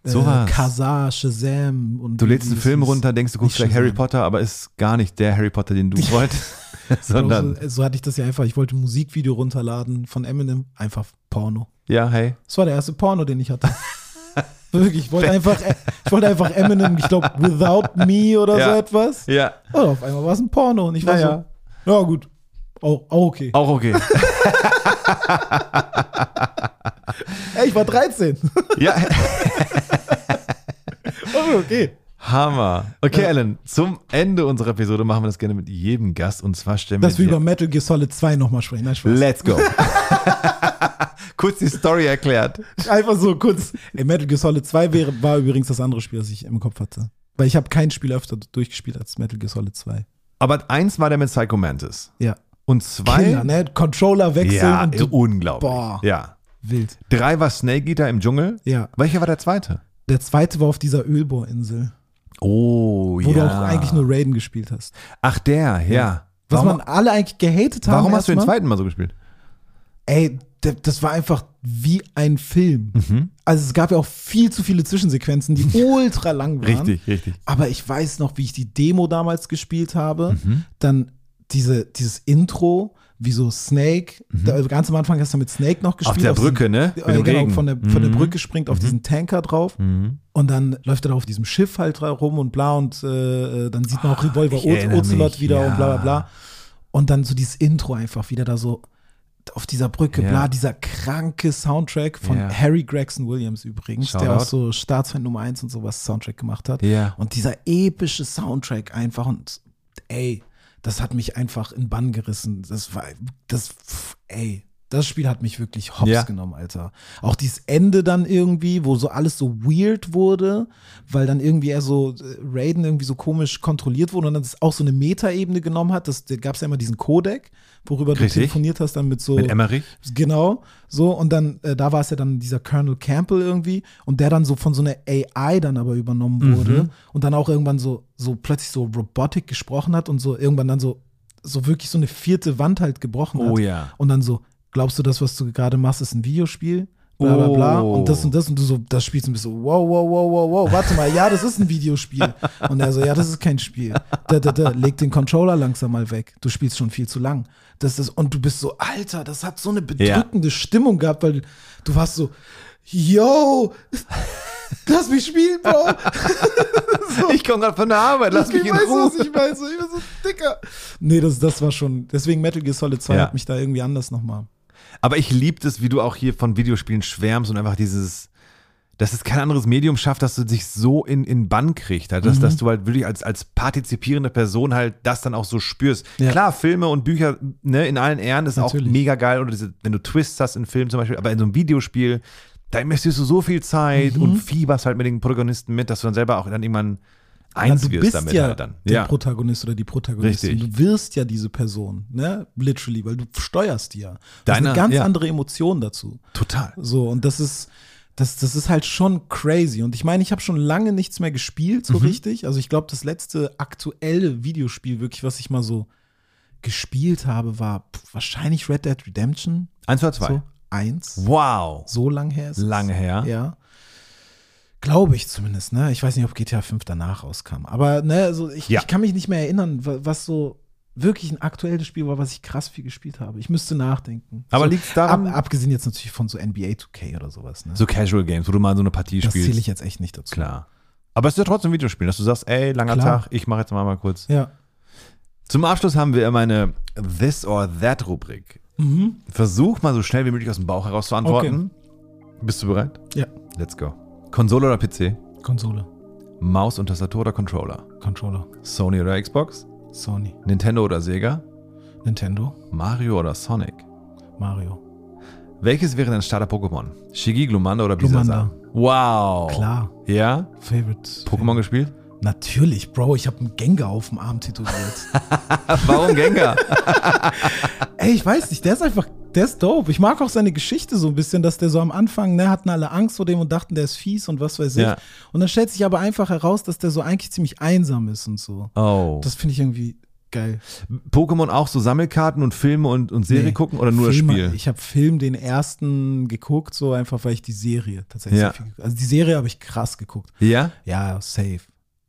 [SPEAKER 1] Sowas.
[SPEAKER 2] Äh, Kazar, Shazam. Und
[SPEAKER 1] Du lädst
[SPEAKER 2] wie
[SPEAKER 1] einen
[SPEAKER 2] es
[SPEAKER 1] Film
[SPEAKER 2] ist.
[SPEAKER 1] runter, denkst du guckst
[SPEAKER 2] Nicht
[SPEAKER 1] gleich Harry
[SPEAKER 2] Shazam.
[SPEAKER 1] Potter, aber ist gar nicht der Harry Potter,
[SPEAKER 2] <laughs>
[SPEAKER 1] den du wolltest, sondern
[SPEAKER 2] äh, So, so hatte ich das ja einfach. Ich wollte ein Musikvideo runterladen von Eminem. Einfach Porno.
[SPEAKER 1] ja, hey,
[SPEAKER 2] Das war der erste Porno, den ich
[SPEAKER 1] <laughs>
[SPEAKER 2] hatte. Wirklich, ich wollte einfach, ich wollte einfach Eminem, ich glaube, Without Me oder
[SPEAKER 1] Ja.
[SPEAKER 2] so etwas.
[SPEAKER 1] ja,
[SPEAKER 2] Und auf einmal war es ein Porno und ich war
[SPEAKER 1] Naja.
[SPEAKER 2] so, ja gut, auch, auch okay.
[SPEAKER 1] auch okay. <laughs>
[SPEAKER 2] Ey, ich war 13.
[SPEAKER 1] ja,
[SPEAKER 2] Oh, <laughs> okay.
[SPEAKER 1] Hammer. Okay, Alan, zum Ende unserer Episode machen wir das gerne mit jedem Gast und zwar stellen
[SPEAKER 2] Dass wir
[SPEAKER 1] wir
[SPEAKER 2] über Metal Gear Solid 2 nochmal sprechen. Nein, Spaß.
[SPEAKER 1] Let's go. <laughs> Kurz die Story erklärt.
[SPEAKER 2] Einfach so kurz. Ey, Metal Gear Solid 2 wäre, war übrigens das andere Spiel, das ich im Kopf hatte. Weil ich habe kein Spiel öfter durchgespielt als Metal Gear Solid 2.
[SPEAKER 1] Aber eins war der mit Psycho Mantis
[SPEAKER 2] Ja.
[SPEAKER 1] und zwei
[SPEAKER 2] Killer, ne? Controller wechseln
[SPEAKER 1] ja, äh, oh.
[SPEAKER 2] und du,
[SPEAKER 1] unglaublich.
[SPEAKER 2] Boah.
[SPEAKER 1] Ja.
[SPEAKER 2] wild.
[SPEAKER 1] Drei war Snake Eater im Dschungel.
[SPEAKER 2] Ja.
[SPEAKER 1] Welcher war der zweite?
[SPEAKER 2] Der zweite war auf dieser Ölbohrinsel,
[SPEAKER 1] Oh,
[SPEAKER 2] wo
[SPEAKER 1] ja.
[SPEAKER 2] du auch eigentlich nur Raiden gespielt hast.
[SPEAKER 1] Ach, der, ja.
[SPEAKER 2] Was
[SPEAKER 1] warum
[SPEAKER 2] man alle eigentlich gehatet haben.
[SPEAKER 1] warum hast du den
[SPEAKER 2] erstmal.
[SPEAKER 1] zweiten mal so gespielt?
[SPEAKER 2] Ey, d- das war einfach wie ein Film.
[SPEAKER 1] Mhm.
[SPEAKER 2] Also es gab ja auch viel zu viele
[SPEAKER 1] <laughs>
[SPEAKER 2] Zwischensequenzen, die ultra lang waren.
[SPEAKER 1] Richtig, richtig.
[SPEAKER 2] Aber ich weiß noch, wie ich die Demo damals gespielt habe. Dann diese, dieses Intro, wie so Snake. Da, also ganz am Anfang hast du mit Snake noch
[SPEAKER 1] Mhm. Auf
[SPEAKER 2] gespielt.
[SPEAKER 1] der
[SPEAKER 2] diesem-
[SPEAKER 1] Brücke, ne? Mit
[SPEAKER 2] äh,
[SPEAKER 1] dem
[SPEAKER 2] genau,
[SPEAKER 1] Regen. Mhm.
[SPEAKER 2] von der, von der Brücke springt auf diesen Tanker drauf. Und dann läuft er da auf diesem Schiff halt rum und bla. Und äh, dann sieht man auch Revolver
[SPEAKER 1] Ah, ich erinnere
[SPEAKER 2] Oz- Ocelot
[SPEAKER 1] mich,
[SPEAKER 2] wieder
[SPEAKER 1] ja.
[SPEAKER 2] und bla bla bla. Und dann so dieses Intro einfach wieder da so. auf dieser Brücke,
[SPEAKER 1] Ja.
[SPEAKER 2] bla, dieser kranke Soundtrack von
[SPEAKER 1] Ja.
[SPEAKER 2] Harry Gregson Williams übrigens, der
[SPEAKER 1] Shoutout.
[SPEAKER 2] auch so Staatsfeind Nummer 1 und sowas Soundtrack gemacht hat.
[SPEAKER 1] Ja.
[SPEAKER 2] Und dieser epische Soundtrack einfach und ey, das hat mich einfach in Bann gerissen. Das war, das, pff, ey, das Spiel hat mich wirklich hops
[SPEAKER 1] Ja.
[SPEAKER 2] genommen, Alter. Auch dieses Ende dann irgendwie, wo so alles so weird wurde, weil dann irgendwie er so äh, Raiden irgendwie so komisch kontrolliert wurde und dann das auch so eine Metaebene genommen hat. Das, da gab es ja immer diesen Codec, worüber
[SPEAKER 1] Richtig.
[SPEAKER 2] du telefoniert hast, dann mit so.
[SPEAKER 1] Mit Emmerich? <laughs>
[SPEAKER 2] Genau, so und dann, äh, da war es ja dann dieser Colonel Campbell irgendwie und der dann so von so einer AI dann aber übernommen
[SPEAKER 1] Mhm.
[SPEAKER 2] wurde und dann auch irgendwann so, so plötzlich so Robotik gesprochen hat und so irgendwann dann so, so wirklich so eine vierte Wand halt gebrochen hat.
[SPEAKER 1] Oh ja.
[SPEAKER 2] Und dann so, glaubst du, das, was du gerade machst, ist ein Videospiel? Bla bla bla
[SPEAKER 1] Oh.
[SPEAKER 2] und das und das und du so, das spielst du ein bisschen, so, wow, wow, wow, wow, wow, warte mal, ja, das ist ein Videospiel. Und er so, ja, das ist kein Spiel. Da, da, da, leg den Controller langsam mal weg. Du spielst schon viel zu lang. Das ist, und du bist so, Alter, das hat so eine bedrückende Stimmung gehabt, weil du warst so, yo, <laughs> lass mich spielen,
[SPEAKER 1] <laughs>
[SPEAKER 2] Bro.
[SPEAKER 1] Ich komme gerade von der Arbeit, lass mich
[SPEAKER 2] ich
[SPEAKER 1] in
[SPEAKER 2] weiß,
[SPEAKER 1] Ruhe.
[SPEAKER 2] was ich weiß, so, ich bin so dicker. Nee, das, das war schon, deswegen Metal Gear Solid 2
[SPEAKER 1] Ja.
[SPEAKER 2] hat mich da irgendwie anders nochmal.
[SPEAKER 1] Aber ich liebe es, wie du auch hier von Videospielen schwärmst und einfach dieses, dass es kein anderes Medium schafft, dass du dich so in, in Bann kriegst, halt,
[SPEAKER 2] Mhm.
[SPEAKER 1] dass, dass du halt wirklich als, als partizipierende Person halt das dann auch so spürst.
[SPEAKER 2] Ja.
[SPEAKER 1] Klar, Filme und Bücher ne, in allen Ehren ist auch
[SPEAKER 2] Natürlich.
[SPEAKER 1] mega geil oder diese, wenn du Twists hast in Filmen zum Beispiel, aber in so einem Videospiel, da investierst du so viel Zeit
[SPEAKER 2] Mhm.
[SPEAKER 1] und fieberst halt mit den Protagonisten mit, dass du dann selber auch dann irgendwann eins
[SPEAKER 2] Na, du
[SPEAKER 1] wirst
[SPEAKER 2] bist
[SPEAKER 1] damit
[SPEAKER 2] ja
[SPEAKER 1] halt dann.
[SPEAKER 2] der Protagonist oder die Protagonistin.
[SPEAKER 1] Richtig.
[SPEAKER 2] Du wirst ja diese Person, ne? Literally, weil du steuerst die ja. Du
[SPEAKER 1] Deine-
[SPEAKER 2] hast eine ganz
[SPEAKER 1] ja.
[SPEAKER 2] andere Emotion dazu.
[SPEAKER 1] total.
[SPEAKER 2] So, und das ist, das, das ist halt schon crazy. Und ich meine, ich habe schon lange nichts mehr gespielt,
[SPEAKER 1] Mhm.
[SPEAKER 2] so richtig. Also ich glaube, das letzte aktuelle Videospiel, wirklich, was ich mal so gespielt habe, war pff, wahrscheinlich Red Dead Redemption.
[SPEAKER 1] Eins oder zwei.
[SPEAKER 2] So, eins.
[SPEAKER 1] Wow.
[SPEAKER 2] So lang her ist es.
[SPEAKER 1] Lange her.
[SPEAKER 2] Ja. Glaube ich zumindest, ne? Ich weiß nicht, ob GTA 5 danach rauskam. Aber ne, also ich,
[SPEAKER 1] Ja.
[SPEAKER 2] ich kann mich nicht mehr erinnern, wa- was so wirklich ein aktuelles Spiel war, was ich krass viel gespielt habe. Ich müsste nachdenken.
[SPEAKER 1] Aber
[SPEAKER 2] so,
[SPEAKER 1] liegt's daran-
[SPEAKER 2] Ab, abgesehen jetzt natürlich von so NBA 2K oder sowas, ne?
[SPEAKER 1] So Casual Games, wo du mal so eine Partie
[SPEAKER 2] das
[SPEAKER 1] spielst.
[SPEAKER 2] zähle ich jetzt echt nicht dazu.
[SPEAKER 1] Klar. Aber es ist ja trotzdem ein Videospiel, dass du sagst, ey, langer
[SPEAKER 2] Klar.
[SPEAKER 1] Tag, ich mache jetzt mal, mal kurz.
[SPEAKER 2] Ja.
[SPEAKER 1] Zum Abschluss haben wir immer eine This or That Rubrik.
[SPEAKER 2] Mhm.
[SPEAKER 1] Versuch mal so schnell wie möglich aus dem Bauch heraus zu antworten. Bist du bereit?
[SPEAKER 2] Ja.
[SPEAKER 1] Let's go. Konsole oder PC?
[SPEAKER 2] Konsole,
[SPEAKER 1] Maus und Tastatur oder Controller?
[SPEAKER 2] Controller,
[SPEAKER 1] Sony oder Xbox?
[SPEAKER 2] Sony,
[SPEAKER 1] Nintendo oder Sega?
[SPEAKER 2] Nintendo,
[SPEAKER 1] Mario oder Sonic?
[SPEAKER 2] Mario.
[SPEAKER 1] Welches wäre dein Starter-Pokémon? Shigi, Glumanda oder Bisasa? Wow.
[SPEAKER 2] Klar.
[SPEAKER 1] Ja?
[SPEAKER 2] Favorite.
[SPEAKER 1] Oh. Pokémon gespielt?
[SPEAKER 2] Natürlich, Bro, ich habe einen Gengar auf dem Arm tätowiert.
[SPEAKER 1] Warum Gengar?
[SPEAKER 2] <laughs> Ey, ich weiß nicht, der ist einfach, der ist dope. Ich mag auch seine Geschichte so ein bisschen, dass der so am Anfang, ne, hatten alle Angst vor dem und dachten, der ist fies und was weiß ich.
[SPEAKER 1] Ja.
[SPEAKER 2] Und dann stellt sich aber einfach heraus, dass der so eigentlich ziemlich einsam ist und so.
[SPEAKER 1] Oh.
[SPEAKER 2] Das finde ich irgendwie geil.
[SPEAKER 1] Pokémon auch so Sammelkarten und Filme und, und Serie
[SPEAKER 2] Nee.
[SPEAKER 1] gucken oder nur
[SPEAKER 2] Filme,
[SPEAKER 1] das Spiel?
[SPEAKER 2] Ich habe Film den ersten geguckt, so einfach, weil ich die Serie tatsächlich
[SPEAKER 1] Ja.
[SPEAKER 2] so viel geguckt Also die Serie habe ich krass geguckt.
[SPEAKER 1] Ja?
[SPEAKER 2] Ja, safe.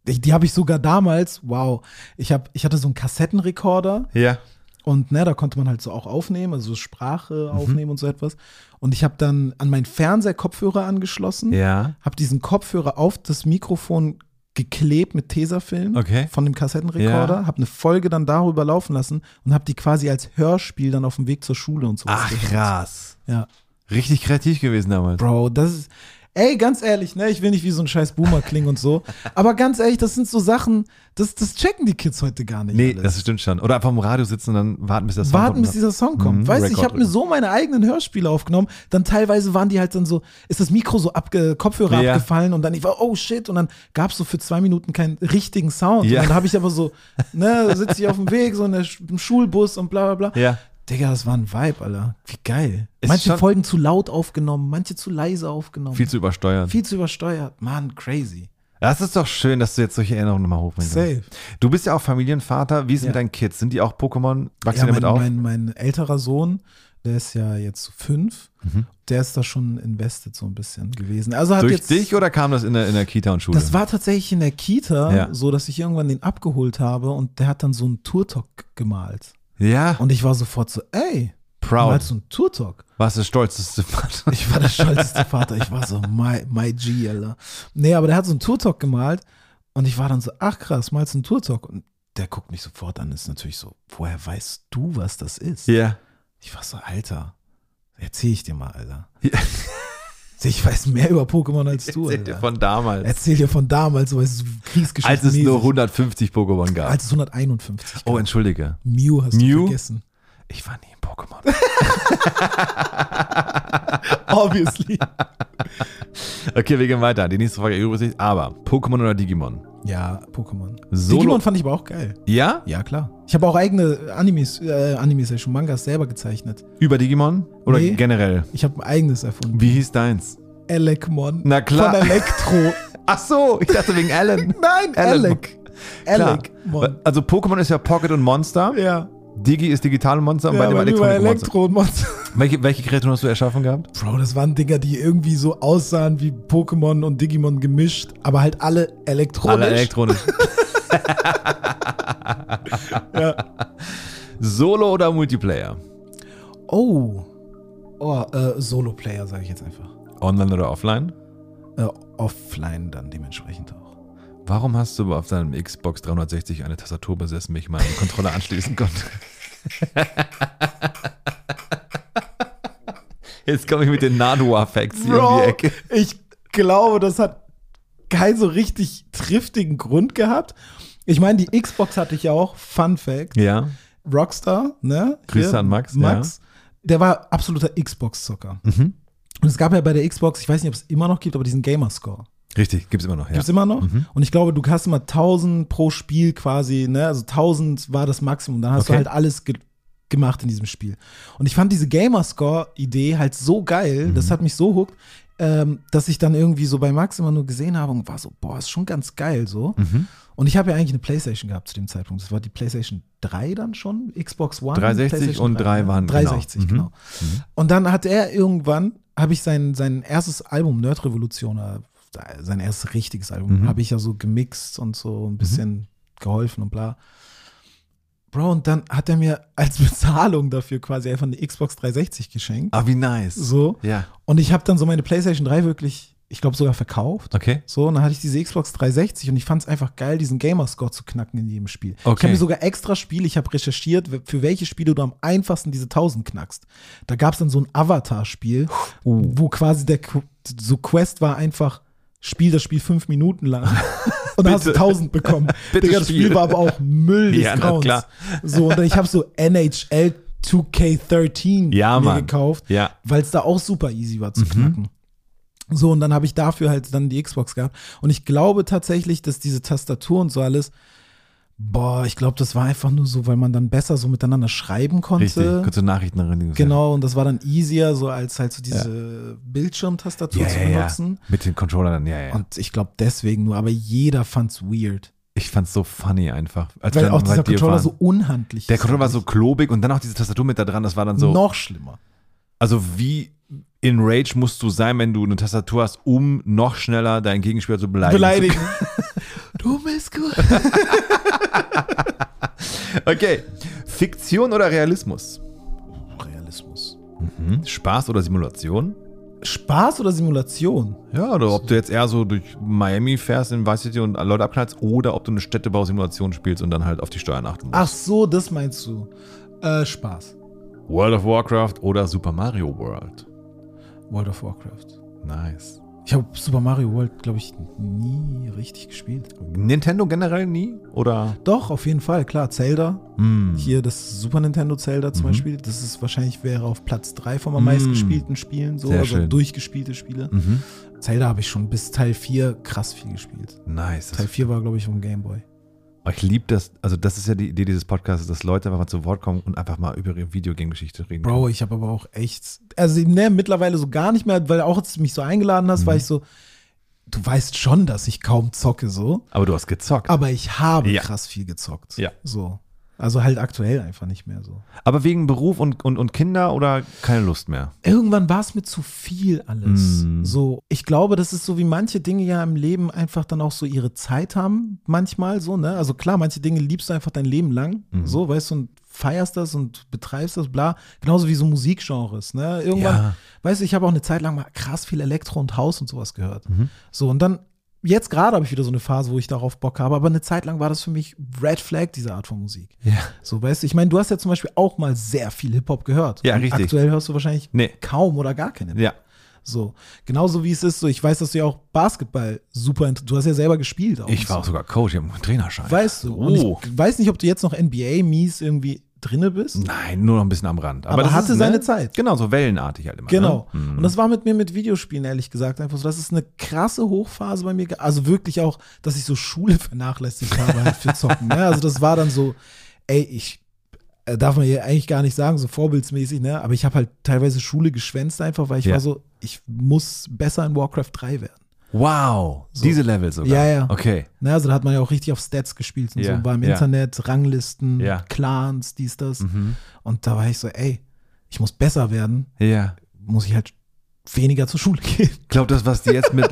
[SPEAKER 2] Ich, die habe ich sogar damals, wow, ich, hab, ich hatte so einen Kassettenrekorder.
[SPEAKER 1] Ja.
[SPEAKER 2] Und ne, da konnte man halt so auch aufnehmen, also
[SPEAKER 1] Mhm.
[SPEAKER 2] Sprache aufnehmen und so etwas. Und ich habe dann an meinen Fernseher Kopfhörer angeschlossen,
[SPEAKER 1] Ja.
[SPEAKER 2] habe diesen Kopfhörer auf das Mikrofon geklebt mit Tesafilm
[SPEAKER 1] Okay.
[SPEAKER 2] von dem Kassettenrekorder, habe eine Folge dann darüber laufen lassen und habe die quasi als Hörspiel dann auf dem Weg zur Schule und so.
[SPEAKER 1] Ach, krass.
[SPEAKER 2] Ja.
[SPEAKER 1] Richtig kreativ gewesen damals.
[SPEAKER 2] Bro, das ist. Ey, ganz ehrlich, ne, ich will nicht wie so ein scheiß Boomer klingen
[SPEAKER 1] <laughs>
[SPEAKER 2] und so. Aber ganz ehrlich, das sind so Sachen, das, das checken die Kids heute gar nicht.
[SPEAKER 1] Nee,
[SPEAKER 2] alles.
[SPEAKER 1] das stimmt schon. Oder einfach im Radio sitzen und dann warten, bis das
[SPEAKER 2] warten, bis dieser Song kommt.
[SPEAKER 1] Mhm,
[SPEAKER 2] weißt du,
[SPEAKER 1] Rekord
[SPEAKER 2] ich habe mir
[SPEAKER 1] drücken.
[SPEAKER 2] so meine eigenen Hörspiele aufgenommen. Dann teilweise waren die halt dann so, ist das Mikro so abge Kopfhörer
[SPEAKER 1] Ja.
[SPEAKER 2] abgefallen und dann ich war, oh shit, und dann gab's so für zwei Minuten keinen richtigen Sound.
[SPEAKER 1] Ja.
[SPEAKER 2] Und dann habe ich aber so, ne, sitze ich auf dem Weg, so in der, Sch- im Schulbus und bla bla bla.
[SPEAKER 1] Ja.
[SPEAKER 2] Digga, das war ein Vibe, Alter. Wie geil.
[SPEAKER 1] Ist
[SPEAKER 2] manche
[SPEAKER 1] schon-
[SPEAKER 2] Folgen zu laut aufgenommen, manche zu leise aufgenommen.
[SPEAKER 1] Viel zu übersteuern.
[SPEAKER 2] viel zu übersteuert. Mann, crazy.
[SPEAKER 1] Das ist doch schön, dass du jetzt solche Erinnerungen nochmal hochbringst.
[SPEAKER 2] Safe.
[SPEAKER 1] Du bist ja auch Familienvater. Wie ist es
[SPEAKER 2] Ja.
[SPEAKER 1] mit deinen Kids? Sind die auch Pokémon? Wachsen
[SPEAKER 2] Ja,
[SPEAKER 1] die
[SPEAKER 2] mein,
[SPEAKER 1] damit auf?
[SPEAKER 2] mein, mein älterer Sohn, der ist ja jetzt so fünf, der ist da schon invested so ein bisschen gewesen. Also hat
[SPEAKER 1] Mhm. Durch
[SPEAKER 2] jetzt,
[SPEAKER 1] dich oh oder kam das in der, in der Kita und Schule?
[SPEAKER 2] Das war tatsächlich in der Kita,
[SPEAKER 1] Ja.
[SPEAKER 2] so dass ich irgendwann den abgeholt habe und der hat dann so einen Turtok gemalt.
[SPEAKER 1] ja,
[SPEAKER 2] Und ich war sofort so, ey, du
[SPEAKER 1] proud.
[SPEAKER 2] malst so einen Turtok.
[SPEAKER 1] Warst du stolz, dass
[SPEAKER 2] <laughs>
[SPEAKER 1] du Vater
[SPEAKER 2] Ich
[SPEAKER 1] <laughs>
[SPEAKER 2] war der stolzeste Vater. Ich war so, my, my G, Alter. Nee, aber der hat so einen Turtok gemalt und ich war dann so, ach krass, malst du einen Turtok? Und der guckt mich sofort an, ist natürlich so, woher weißt du, was das ist?
[SPEAKER 1] Ja.
[SPEAKER 2] Ich war so, Alter, erzähl ich dir mal, Alter.
[SPEAKER 1] Ja.
[SPEAKER 2] <laughs> Ich weiß mehr über Pokémon als du,
[SPEAKER 1] Erzähl dir
[SPEAKER 2] Alter.
[SPEAKER 1] von damals.
[SPEAKER 2] Erzähl dir von damals, so es ist Kriegsgeschichte.
[SPEAKER 1] Als es nur 150 Pokémon gab.
[SPEAKER 2] Als es 151.
[SPEAKER 1] oh, entschuldige.
[SPEAKER 2] Mew hast
[SPEAKER 1] Mew?
[SPEAKER 2] du vergessen.
[SPEAKER 1] Ich war nie in Pokémon. <laughs>
[SPEAKER 2] Obviously.
[SPEAKER 1] <laughs> Okay, wir gehen weiter. Die nächste Frage übrigens. Aber Pokémon oder Digimon?
[SPEAKER 2] ja, Pokémon.
[SPEAKER 1] Solo-
[SPEAKER 2] Digimon fand ich aber auch geil.
[SPEAKER 1] Ja?
[SPEAKER 2] Ja, klar. Ich habe auch eigene Animes, äh, Animes, ja schon Mangas selber gezeichnet.
[SPEAKER 1] Über Digimon? Oder
[SPEAKER 2] Nee.
[SPEAKER 1] generell?
[SPEAKER 2] Ich habe ein eigenes erfunden.
[SPEAKER 1] Wie hieß deins?
[SPEAKER 2] Elekmon.
[SPEAKER 1] Na klar.
[SPEAKER 2] Von
[SPEAKER 1] <laughs>
[SPEAKER 2] Elektro.
[SPEAKER 1] Ach so, ich dachte <laughs> wegen Alan.
[SPEAKER 2] Nein, Elek.
[SPEAKER 1] Klar.
[SPEAKER 2] Elekmon.
[SPEAKER 1] Also Pokémon ist ja Pocket und Monster.
[SPEAKER 2] Ja.
[SPEAKER 1] Digi ist digitale Monster und
[SPEAKER 2] ja
[SPEAKER 1] beide
[SPEAKER 2] bei
[SPEAKER 1] waren
[SPEAKER 2] mir war
[SPEAKER 1] elektronische Monster.
[SPEAKER 2] Elektro und Monster.
[SPEAKER 1] Welche, welche Kreaturen hast du erschaffen gehabt?
[SPEAKER 2] Bro, das waren Dinger, die irgendwie so aussahen wie Pokémon und Digimon gemischt, aber halt alle elektronisch.
[SPEAKER 1] Alle elektronisch. <laughs> Solo oder Multiplayer?
[SPEAKER 2] oh. Oh, äh, Solo-Player sage ich jetzt einfach.
[SPEAKER 1] Online oder offline?
[SPEAKER 2] Äh, offline dann dementsprechend auch.
[SPEAKER 1] Warum hast du aber auf deinem Xbox 360 eine Tastatur besessen, wie ich meinen Controller anschließen konnte? Jetzt komme ich mit den Nadua-Facts hier um die Ecke.
[SPEAKER 2] ich glaube, das hat keinen so richtig triftigen Grund gehabt. Ich meine, die Xbox hatte ich ja auch, Fun Fact.
[SPEAKER 1] Ja,
[SPEAKER 2] Rockstar, ne?
[SPEAKER 1] Grüße an Max,
[SPEAKER 2] Max, der war absoluter Xbox-Zocker.
[SPEAKER 1] Mhm.
[SPEAKER 2] Und es gab ja bei der Xbox, ich weiß nicht, ob es immer noch gibt, aber diesen Gamerscore.
[SPEAKER 1] richtig, gibt's immer noch. Ja. Mhm.
[SPEAKER 2] Gibt's immer noch? Und ich glaube, du hast immer 1000 pro Spiel quasi, ne? Also 1000 war das Maximum. Dann hast du
[SPEAKER 1] Okay.
[SPEAKER 2] halt alles ge gemacht in diesem Spiel. Und ich fand diese Gamerscore-Idee halt so geil,
[SPEAKER 1] Mhm.
[SPEAKER 2] das hat mich so hooked, ähm, dass ich dann irgendwie so bei Max immer nur gesehen habe und war so, boah, ist schon ganz geil so.
[SPEAKER 1] Mhm.
[SPEAKER 2] Und ich habe ja eigentlich eine Playstation gehabt zu dem Zeitpunkt. Das war die Playstation 3 dann schon, Xbox One.
[SPEAKER 1] 360
[SPEAKER 2] PlayStation
[SPEAKER 1] und 3
[SPEAKER 2] ja.
[SPEAKER 1] waren, genau.
[SPEAKER 2] 360,
[SPEAKER 1] Mhm.
[SPEAKER 2] genau. Und dann hat er irgendwann, habe ich sein, sein erstes Album, Nerd Revolution, oder sein erstes richtiges
[SPEAKER 1] Mhm.
[SPEAKER 2] Album, habe ich ja so gemixt und so ein bisschen geholfen und bla. Bro, und dann hat er mir als <laughs> Bezahlung dafür quasi einfach eine Xbox 360 geschenkt.
[SPEAKER 1] Ah, wie nice.
[SPEAKER 2] So.
[SPEAKER 1] Ja.
[SPEAKER 2] Und ich habe dann so meine PlayStation 3 wirklich, ich glaube, sogar verkauft.
[SPEAKER 1] Okay.
[SPEAKER 2] So, und dann hatte ich diese Xbox 360 und ich fand es einfach geil, diesen Gamerscore zu knacken in jedem Spiel. Ich
[SPEAKER 1] Okay.
[SPEAKER 2] habe mir sogar extra Spiele, ich habe recherchiert, w- für welche Spiele du am einfachsten diese 1000 knackst. Da gab es dann so ein Avatar-Spiel,
[SPEAKER 1] Oh.
[SPEAKER 2] wo quasi der Qu- so Quest war einfach, spiel das Spiel fünf Minuten lang <laughs> und dann hast du
[SPEAKER 1] Bitte.
[SPEAKER 2] 1000 bekommen.
[SPEAKER 1] <laughs> Bitte
[SPEAKER 2] Digga, das
[SPEAKER 1] spiel.
[SPEAKER 2] Spiel. war aber auch Müll des
[SPEAKER 1] Ja, na
[SPEAKER 2] Grauens.
[SPEAKER 1] klar.
[SPEAKER 2] So, und dann ich habe so NHL 2K13
[SPEAKER 1] Ja,
[SPEAKER 2] mir
[SPEAKER 1] Mann.
[SPEAKER 2] gekauft
[SPEAKER 1] Ja. Mhm.
[SPEAKER 2] weil es da auch super easy war zu knacken. So, und dann habe ich dafür halt dann die Xbox gehabt. Und ich glaube tatsächlich, dass diese Tastatur und so alles, boah, ich glaube, das war einfach nur so, weil man dann besser so miteinander schreiben konnte.
[SPEAKER 1] Richtig, kurze Nachrichten rein.
[SPEAKER 2] äh, Genau, und das war dann easier, so als halt so diese Bildschirmtastatur
[SPEAKER 1] Ja,
[SPEAKER 2] zu
[SPEAKER 1] ja, ja.
[SPEAKER 2] benutzen.
[SPEAKER 1] Mit den Controllern, ja, ja.
[SPEAKER 2] Und ich glaube deswegen nur, aber jeder fand's weird.
[SPEAKER 1] ich fand's so funny einfach. Als wir
[SPEAKER 2] Weil
[SPEAKER 1] dann
[SPEAKER 2] auch
[SPEAKER 1] bei
[SPEAKER 2] dieser
[SPEAKER 1] dir
[SPEAKER 2] Controller
[SPEAKER 1] waren.
[SPEAKER 2] so unhandlich
[SPEAKER 1] Der
[SPEAKER 2] ist
[SPEAKER 1] Controller war so
[SPEAKER 2] eigentlich.
[SPEAKER 1] klobig und dann auch diese Tastatur mit da dran, das war dann so.
[SPEAKER 2] Noch schlimmer.
[SPEAKER 1] Also wie in Rage musst du sein, wenn du eine Tastatur hast, um noch schneller deinen Gegenspieler zu beleidigen. <laughs>
[SPEAKER 2] Beleidigen. du bist gut.
[SPEAKER 1] Okay. Fiktion oder Realismus?
[SPEAKER 2] Realismus.
[SPEAKER 1] Hm? Spaß oder Simulation?
[SPEAKER 2] Spaß oder Simulation?
[SPEAKER 1] Ja, oder ob du jetzt eher so durch Miami fährst in Vice City und Leute abknallst oder ob du eine Städtebausimulation spielst und dann halt auf die Steuern achten musst.
[SPEAKER 2] Ach so, das meinst du. Äh, Spaß.
[SPEAKER 1] World of Warcraft oder Super Mario World?
[SPEAKER 2] World of Warcraft.
[SPEAKER 1] Nice.
[SPEAKER 2] Ich habe Super Mario World, glaube ich, nie richtig gespielt.
[SPEAKER 1] Nintendo generell nie? Oder?
[SPEAKER 2] Doch, auf jeden Fall, klar. Zelda.
[SPEAKER 1] Hm.
[SPEAKER 2] Hier das Super Nintendo Zelda
[SPEAKER 1] Mhm.
[SPEAKER 2] zum Beispiel. Das ist wahrscheinlich wäre auf Platz 3 von am
[SPEAKER 1] Mm.
[SPEAKER 2] meistgespielten Spielen. So,
[SPEAKER 1] Sehr
[SPEAKER 2] also
[SPEAKER 1] schön.
[SPEAKER 2] durchgespielte Spiele.
[SPEAKER 1] Mhm.
[SPEAKER 2] Zelda habe ich schon bis Teil 4 krass viel gespielt.
[SPEAKER 1] Nice. Das
[SPEAKER 2] Teil 4 war, glaube ich, vom Game Boy.
[SPEAKER 1] Aber Ich liebe das, also das ist ja die Idee dieses Podcasts, dass Leute einfach mal zu Wort kommen und einfach mal über ihre Videogame-Geschichte reden.
[SPEAKER 2] Bro, ich habe aber auch echt, also ne, mittlerweile so gar nicht mehr, weil auch als du mich so eingeladen hast, war
[SPEAKER 1] Mhm.
[SPEAKER 2] ich so, du weißt schon, dass ich kaum zocke so.
[SPEAKER 1] Aber du hast gezockt.
[SPEAKER 2] Aber ich habe
[SPEAKER 1] Ja.
[SPEAKER 2] krass viel gezockt.
[SPEAKER 1] Ja.
[SPEAKER 2] So. Also halt aktuell einfach nicht mehr so.
[SPEAKER 1] Aber wegen Beruf und, und, und Kinder oder keine Lust mehr?
[SPEAKER 2] Irgendwann war es mir zu viel alles.
[SPEAKER 1] Mm.
[SPEAKER 2] So, ich glaube, das ist so wie manche Dinge ja im Leben einfach dann auch so ihre Zeit haben, manchmal so, ne? Also klar, manche Dinge liebst du einfach dein Leben lang,
[SPEAKER 1] Mhm.
[SPEAKER 2] so, weißt du, und feierst das und betreibst das, bla. Genauso wie so Musikgenres, ne? Irgendwann,
[SPEAKER 1] Ja. Mhm.
[SPEAKER 2] weißt du, ich habe auch eine Zeit lang mal krass viel Elektro und Haus und sowas gehört. So, und dann Jetzt gerade habe ich wieder so eine Phase, wo ich darauf Bock habe, aber eine Zeit lang war das für mich Red Flag, diese Art von Musik.
[SPEAKER 1] Ja.
[SPEAKER 2] So, weißt du, ich meine, du hast ja zum Beispiel auch mal sehr viel Hip-Hop gehört.
[SPEAKER 1] Ja,
[SPEAKER 2] Und
[SPEAKER 1] richtig.
[SPEAKER 2] Aktuell hörst du wahrscheinlich
[SPEAKER 1] Nee.
[SPEAKER 2] kaum oder gar keinen Hip-Hop.
[SPEAKER 1] Ja.
[SPEAKER 2] So. Genauso wie es ist, so ich weiß, dass du ja auch Basketball super inter- Du hast ja selber gespielt auch.
[SPEAKER 1] Ich war auch sogar Coach, ich habe einen Trainerschein.
[SPEAKER 2] Weißt du. Und
[SPEAKER 1] Oh.
[SPEAKER 2] ich weiß nicht, ob du jetzt noch NBA-mies irgendwie drinne bist.
[SPEAKER 1] Nein, nur noch ein bisschen am Rand. Aber,
[SPEAKER 2] Aber
[SPEAKER 1] das
[SPEAKER 2] hatte
[SPEAKER 1] ist,
[SPEAKER 2] seine
[SPEAKER 1] ne?
[SPEAKER 2] Zeit.
[SPEAKER 1] Genau, so wellenartig halt immer.
[SPEAKER 2] Genau.
[SPEAKER 1] Ne?
[SPEAKER 2] Und das war mit mir mit Videospielen, ehrlich gesagt, einfach so. Das ist eine krasse Hochphase bei mir. ge- Also wirklich auch, dass ich so Schule <laughs> vernachlässigt habe halt für Zocken. Ne? Also das war dann so, ey, ich äh, darf man hier eigentlich gar nicht sagen, so vorbildsmäßig, ne? Aber ich habe halt teilweise Schule geschwänzt einfach, weil ich
[SPEAKER 1] Ja.
[SPEAKER 2] war so, ich muss besser in Warcraft 3 werden.
[SPEAKER 1] Wow, diese Level sogar.
[SPEAKER 2] Ja, ja.
[SPEAKER 1] Okay.
[SPEAKER 2] Ne? Also da hat man ja auch richtig auf Stats gespielt und
[SPEAKER 1] Ja,
[SPEAKER 2] so, war im
[SPEAKER 1] ja.
[SPEAKER 2] Internet, Ranglisten,
[SPEAKER 1] Ja. Mhm.
[SPEAKER 2] Clans, dies, das. Und da war ich so, ey, ich muss besser werden,
[SPEAKER 1] Ja.
[SPEAKER 2] muss ich halt weniger zur Schule <laughs> gehen.
[SPEAKER 1] Ich glaube, das, was die jetzt
[SPEAKER 2] <laughs>
[SPEAKER 1] mit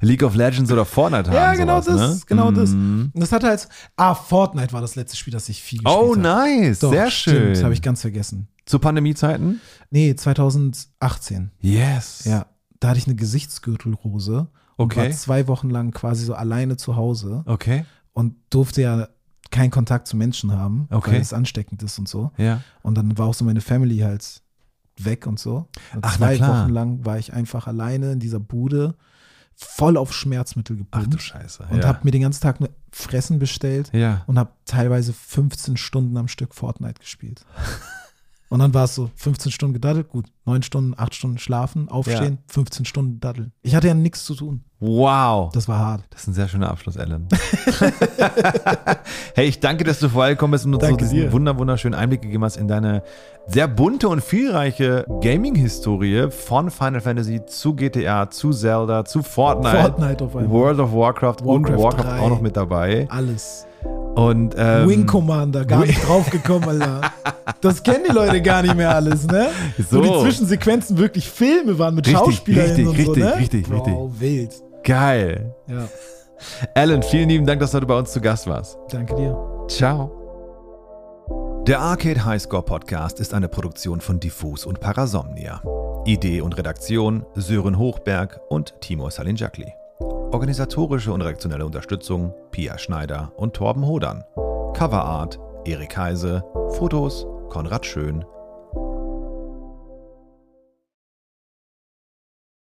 [SPEAKER 1] League of Legends oder Fortnite haben.
[SPEAKER 2] Ja, genau
[SPEAKER 1] sowas,
[SPEAKER 2] das,
[SPEAKER 1] ne?
[SPEAKER 2] genau das.
[SPEAKER 1] Mhm.
[SPEAKER 2] Und das hatte halt, ah, Fortnite war das letzte Spiel, das ich viel gespielt
[SPEAKER 1] Oh,
[SPEAKER 2] habe.
[SPEAKER 1] nice.
[SPEAKER 2] Doch,
[SPEAKER 1] Sehr
[SPEAKER 2] stimmt,
[SPEAKER 1] schön.
[SPEAKER 2] Das habe ich ganz vergessen.
[SPEAKER 1] Zu Pandemiezeiten?
[SPEAKER 2] Nee, 2018.
[SPEAKER 1] Yes.
[SPEAKER 2] Ja, da hatte ich eine Gesichtsgürtelrose. Und
[SPEAKER 1] Okay.
[SPEAKER 2] war zwei Wochen lang quasi so alleine zu Hause
[SPEAKER 1] Okay.
[SPEAKER 2] und durfte ja keinen Kontakt zu Menschen haben,
[SPEAKER 1] Okay.
[SPEAKER 2] weil es ansteckend ist und so.
[SPEAKER 1] Ja.
[SPEAKER 2] Und dann war auch so meine Family halt weg und so. Und
[SPEAKER 1] Ach, na
[SPEAKER 2] zwei
[SPEAKER 1] klar.
[SPEAKER 2] Wochen lang war ich einfach alleine in dieser Bude, voll auf Schmerzmittel
[SPEAKER 1] Ach du
[SPEAKER 2] gepumpt
[SPEAKER 1] Scheiße.
[SPEAKER 2] und
[SPEAKER 1] ja.
[SPEAKER 2] habe mir den ganzen Tag nur Fressen bestellt.
[SPEAKER 1] ja.
[SPEAKER 2] und habe teilweise 15 Stunden am Stück Fortnite gespielt. Und dann war es so, 15 Stunden gedaddelt, gut, 9 Stunden, 8 Stunden schlafen, aufstehen, 15 Stunden daddeln. Ich hatte ja nichts zu tun.
[SPEAKER 1] Wow.
[SPEAKER 2] Das war hart.
[SPEAKER 1] Das ist ein sehr schöner Abschluss,
[SPEAKER 2] <laughs>
[SPEAKER 1] Alan. hey, ich danke, dass du vorbeigekommen bist und uns so
[SPEAKER 2] Danke
[SPEAKER 1] diesen
[SPEAKER 2] dir.
[SPEAKER 1] wunder wunderschönen Einblick gegeben hast in deine sehr bunte und vielreiche Gaming-Historie von Final Fantasy zu GTA, zu Zelda, zu Fortnite,
[SPEAKER 2] Fortnite auf einmal.
[SPEAKER 1] World of Warcraft, und
[SPEAKER 2] Warcraft
[SPEAKER 1] Warcraft
[SPEAKER 2] 3.
[SPEAKER 1] auch noch mit dabei.
[SPEAKER 2] Alles.
[SPEAKER 1] Und ähm,
[SPEAKER 2] Wing Commander, gar nicht draufgekommen, Alter. Das kennen die Leute gar nicht mehr alles, ne?
[SPEAKER 1] So.
[SPEAKER 2] Wo die Zwischensequenzen wirklich Filme waren mit
[SPEAKER 1] Richtig,
[SPEAKER 2] Schauspielern
[SPEAKER 1] richtig,
[SPEAKER 2] und
[SPEAKER 1] richtig,
[SPEAKER 2] so, ne?
[SPEAKER 1] richtig,
[SPEAKER 2] Wow, wild.
[SPEAKER 1] geil.
[SPEAKER 2] Ja,
[SPEAKER 1] Alan, vielen lieben Dank, dass du heute bei uns zu Gast warst.
[SPEAKER 2] danke dir.
[SPEAKER 1] Ciao. Der Arcade Highscore Podcast ist eine Produktion von Diffus und Parasomnia. Idee und Redaktion Sören Hochberg und Timur Salinjakli. Organisatorische und redaktionelle Unterstützung Pia Schneider und Torben Hodern. Coverart Erik Heise. Fotos Konrad Schön,